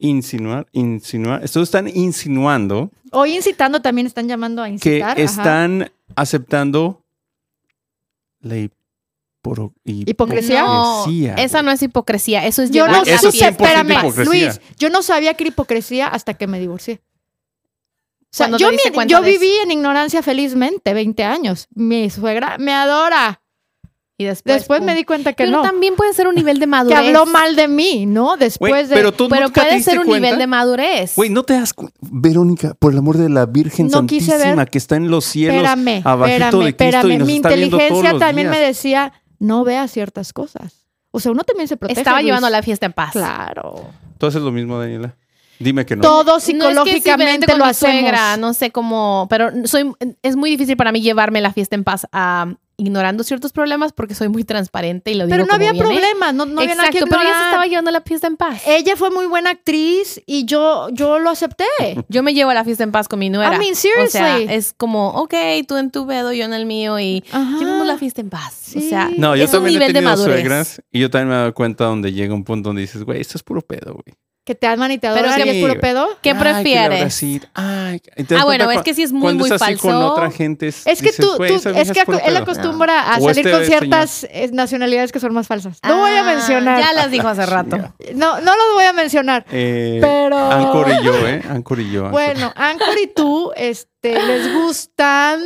Speaker 1: Insinuar, insinuar. Ustedes están insinuando
Speaker 3: Hoy incitando también están llamando a
Speaker 1: que
Speaker 3: incitar. ajá.
Speaker 1: están aceptando la hiporo- hip-
Speaker 3: Hipocresía.
Speaker 2: No, esa
Speaker 1: güey.
Speaker 2: no es hipocresía. Eso es
Speaker 3: Yo
Speaker 2: llevar
Speaker 3: no,
Speaker 1: Güey,
Speaker 2: la
Speaker 1: eso
Speaker 3: eso
Speaker 1: es
Speaker 2: fiesta.
Speaker 1: 100%
Speaker 3: espérame,
Speaker 1: hipocresía.
Speaker 3: Luis, yo no sabía que era hipocresía hasta que me divorcié. O sea,
Speaker 2: Cuando te
Speaker 3: yo,
Speaker 2: diste
Speaker 3: mi-
Speaker 2: cuenta
Speaker 3: yo
Speaker 2: de eso.
Speaker 3: viví en ignorancia felizmente 20 años. Mi suegra me adora.
Speaker 2: Y después,
Speaker 3: Después
Speaker 2: pum.
Speaker 3: me di cuenta que
Speaker 2: Pero
Speaker 3: no.
Speaker 2: también puede ser un nivel de
Speaker 3: que
Speaker 2: madurez.
Speaker 3: habló mal de mí, ¿no?
Speaker 1: Güey,
Speaker 3: Después de.
Speaker 1: pero tú
Speaker 2: Pero
Speaker 1: nunca te
Speaker 2: puede
Speaker 1: diste
Speaker 2: ser un
Speaker 1: cuenta.
Speaker 2: nivel de madurez.
Speaker 1: Güey, no te das cu- Verónica, por el amor de la Virgen
Speaker 3: No quise ver.
Speaker 1: Santísima que está en los cielos,
Speaker 3: espérame,
Speaker 1: abajito
Speaker 3: espérame,
Speaker 1: de Cristo
Speaker 3: espérame.
Speaker 1: y nos
Speaker 3: Mi
Speaker 1: está viendo todos
Speaker 3: inteligencia
Speaker 1: los
Speaker 3: también me
Speaker 1: días.
Speaker 3: decía, no veas ciertas cosas. O sea, uno también se protege.
Speaker 2: Estaba
Speaker 3: Luis.
Speaker 2: llevando la fiesta en paz.
Speaker 3: Claro.
Speaker 1: Tú haces lo mismo, Daniela. Dime que no.
Speaker 3: Todo
Speaker 2: no es que es diferente
Speaker 3: psicológicamente
Speaker 2: con
Speaker 3: lo
Speaker 2: mi
Speaker 3: hacemos.
Speaker 2: suegra, no sé cómo, pero soy, es muy difícil para mí llevarme la fiesta en paz ah, ignorando ciertos problemas porque soy muy transparente y lo digo
Speaker 3: pero no
Speaker 2: como
Speaker 3: había
Speaker 2: viene.
Speaker 3: problemas, no, no Eh, había nada que
Speaker 2: Exacto, pero ella se
Speaker 3: ignorar.
Speaker 2: estaba llevando la fiesta en paz.
Speaker 3: Ella fue muy buena actriz y yo, yo lo acepté.
Speaker 2: Yo me llevo la fiesta en paz con mi nuera.
Speaker 3: I mean,
Speaker 2: O sea,
Speaker 3: seriously.
Speaker 2: es como, ok, tú en tu vedo, yo en el mío y
Speaker 3: Ajá.
Speaker 2: llevemos la fiesta en paz. O sea,
Speaker 3: Sí.
Speaker 1: No, yo
Speaker 2: es un
Speaker 1: también he
Speaker 2: nivel de
Speaker 1: tenido
Speaker 2: madurez.
Speaker 1: suegras y yo también me he dado cuenta donde llega un punto donde dices, güey, esto es puro pedo, güey.
Speaker 3: Que te aman y te
Speaker 2: Pero
Speaker 3: adoran
Speaker 2: que-
Speaker 3: y es puro pedo.
Speaker 2: ¿Qué
Speaker 1: Ay, que
Speaker 2: prefieres?
Speaker 1: la abracid- ay, que- y te das
Speaker 2: Ah, bueno,
Speaker 1: cuenta
Speaker 2: es
Speaker 1: cua-
Speaker 2: que sí es muy,
Speaker 1: cuando
Speaker 2: muy
Speaker 1: es así con
Speaker 2: falso.
Speaker 1: otra gente es,
Speaker 3: Es que
Speaker 1: dices,
Speaker 3: tú,
Speaker 1: "Güey,
Speaker 3: tú-
Speaker 1: esa vieja
Speaker 3: es que
Speaker 1: puro
Speaker 3: acu- él
Speaker 1: pedo".
Speaker 3: acostumbra a
Speaker 1: O
Speaker 3: salir
Speaker 1: este
Speaker 3: con
Speaker 1: señor.
Speaker 3: ciertas eh, nacionalidades que son más falsas. No voy a
Speaker 2: Ah,
Speaker 3: mencionar.
Speaker 2: Ya las dijo
Speaker 1: Ah,
Speaker 2: hace rato.
Speaker 3: No, no los voy a mencionar.
Speaker 1: Eh,
Speaker 3: Pero-
Speaker 1: Anchor y yo, ¿eh? Anchor y yo. Anchor.
Speaker 3: Bueno, Anchor y tú, este, les gustan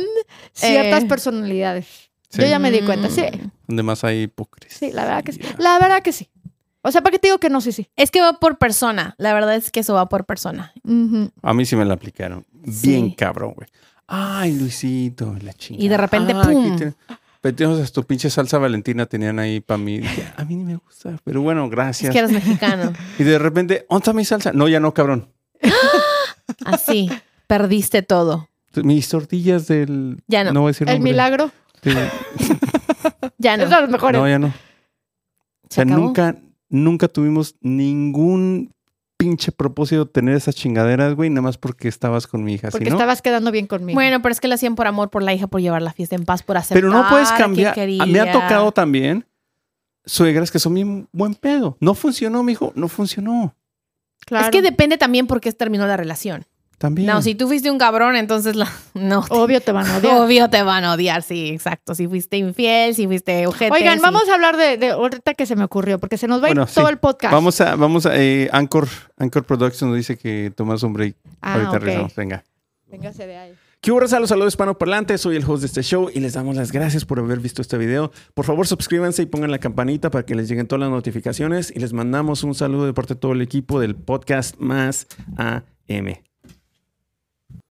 Speaker 3: ciertas
Speaker 2: Eh.
Speaker 3: personalidades.
Speaker 1: Sí.
Speaker 3: Yo ya me di cuenta, sí.
Speaker 2: Mm.
Speaker 1: Donde más hay hipocresía.
Speaker 3: Sí, la verdad que sí. La verdad que sí. O sea, ¿para qué te digo que no? Sí, sí.
Speaker 2: Es que va por persona. La verdad es que eso va por persona.
Speaker 3: Ujú.
Speaker 1: A mí sí me la aplicaron.
Speaker 2: Sí.
Speaker 1: Bien cabrón, güey. Ay, Luisito, la chingada.
Speaker 2: Y de repente,
Speaker 1: Ay,
Speaker 2: ¡pum!
Speaker 1: aquí tiene- Pero tienes hasta tu pinche salsa valentina tenían ahí para mí. Dije, a mí ni me gusta, pero bueno,
Speaker 2: Es
Speaker 1: gracias.
Speaker 2: que eres mexicano.
Speaker 1: Y de repente, ¿dónde está mi salsa? No, ya no, cabrón.
Speaker 2: Así. Perdiste todo.
Speaker 1: Mis tortillas del.
Speaker 2: Ya no.
Speaker 1: No voy a decir
Speaker 3: El
Speaker 1: nombre.
Speaker 3: milagro
Speaker 1: De-
Speaker 2: Ya Ah, no.
Speaker 3: es de los mejores.
Speaker 1: No, ya no. O
Speaker 2: Se
Speaker 1: sea,
Speaker 2: acabó.
Speaker 1: nunca, nunca tuvimos ningún pinche propósito de tener esas chingaderas, güey, nada más porque estabas con mi hija, ¿sí,
Speaker 3: porque
Speaker 1: no?
Speaker 3: estabas quedando bien conmigo.
Speaker 2: Bueno, pero es que lo hacían por amor, por la hija, por llevar la fiesta en paz, por hacer.
Speaker 1: Pero no puedes cambiar. A- Me ha tocado también suegras que son bien buen pedo. No funcionó, mijo, no funcionó.
Speaker 3: Claro.
Speaker 2: Es que depende también por qué terminó la relación.
Speaker 1: También.
Speaker 2: No, si tú fuiste un cabrón, entonces la... no. te-
Speaker 3: Obvio te van a
Speaker 1: Oh,
Speaker 3: odiar.
Speaker 2: Obvio te van a odiar, sí, exacto. Si fuiste infiel, si fuiste ojete.
Speaker 3: Oigan,
Speaker 2: si-
Speaker 3: vamos a hablar de, de ahorita que se me ocurrió, porque se nos va a ir
Speaker 1: Bueno,
Speaker 3: todo
Speaker 1: sí.
Speaker 3: el podcast.
Speaker 1: Vamos a, vamos a, eh, Anchor, Anchor Productions nos dice que tomás un break.
Speaker 3: ah,
Speaker 1: Ahorita
Speaker 3: ok.
Speaker 1: regresamos, venga.
Speaker 3: Véngase de ahí.
Speaker 1: ¿Qué hubo, raza? Los saludos hispanoparlantes. Soy el host de este show y les damos las gracias por haber visto este video. Por favor, suscríbanse y pongan la campanita para que les lleguen todas las notificaciones y les mandamos un saludo de parte de todo el equipo del podcast Más AM.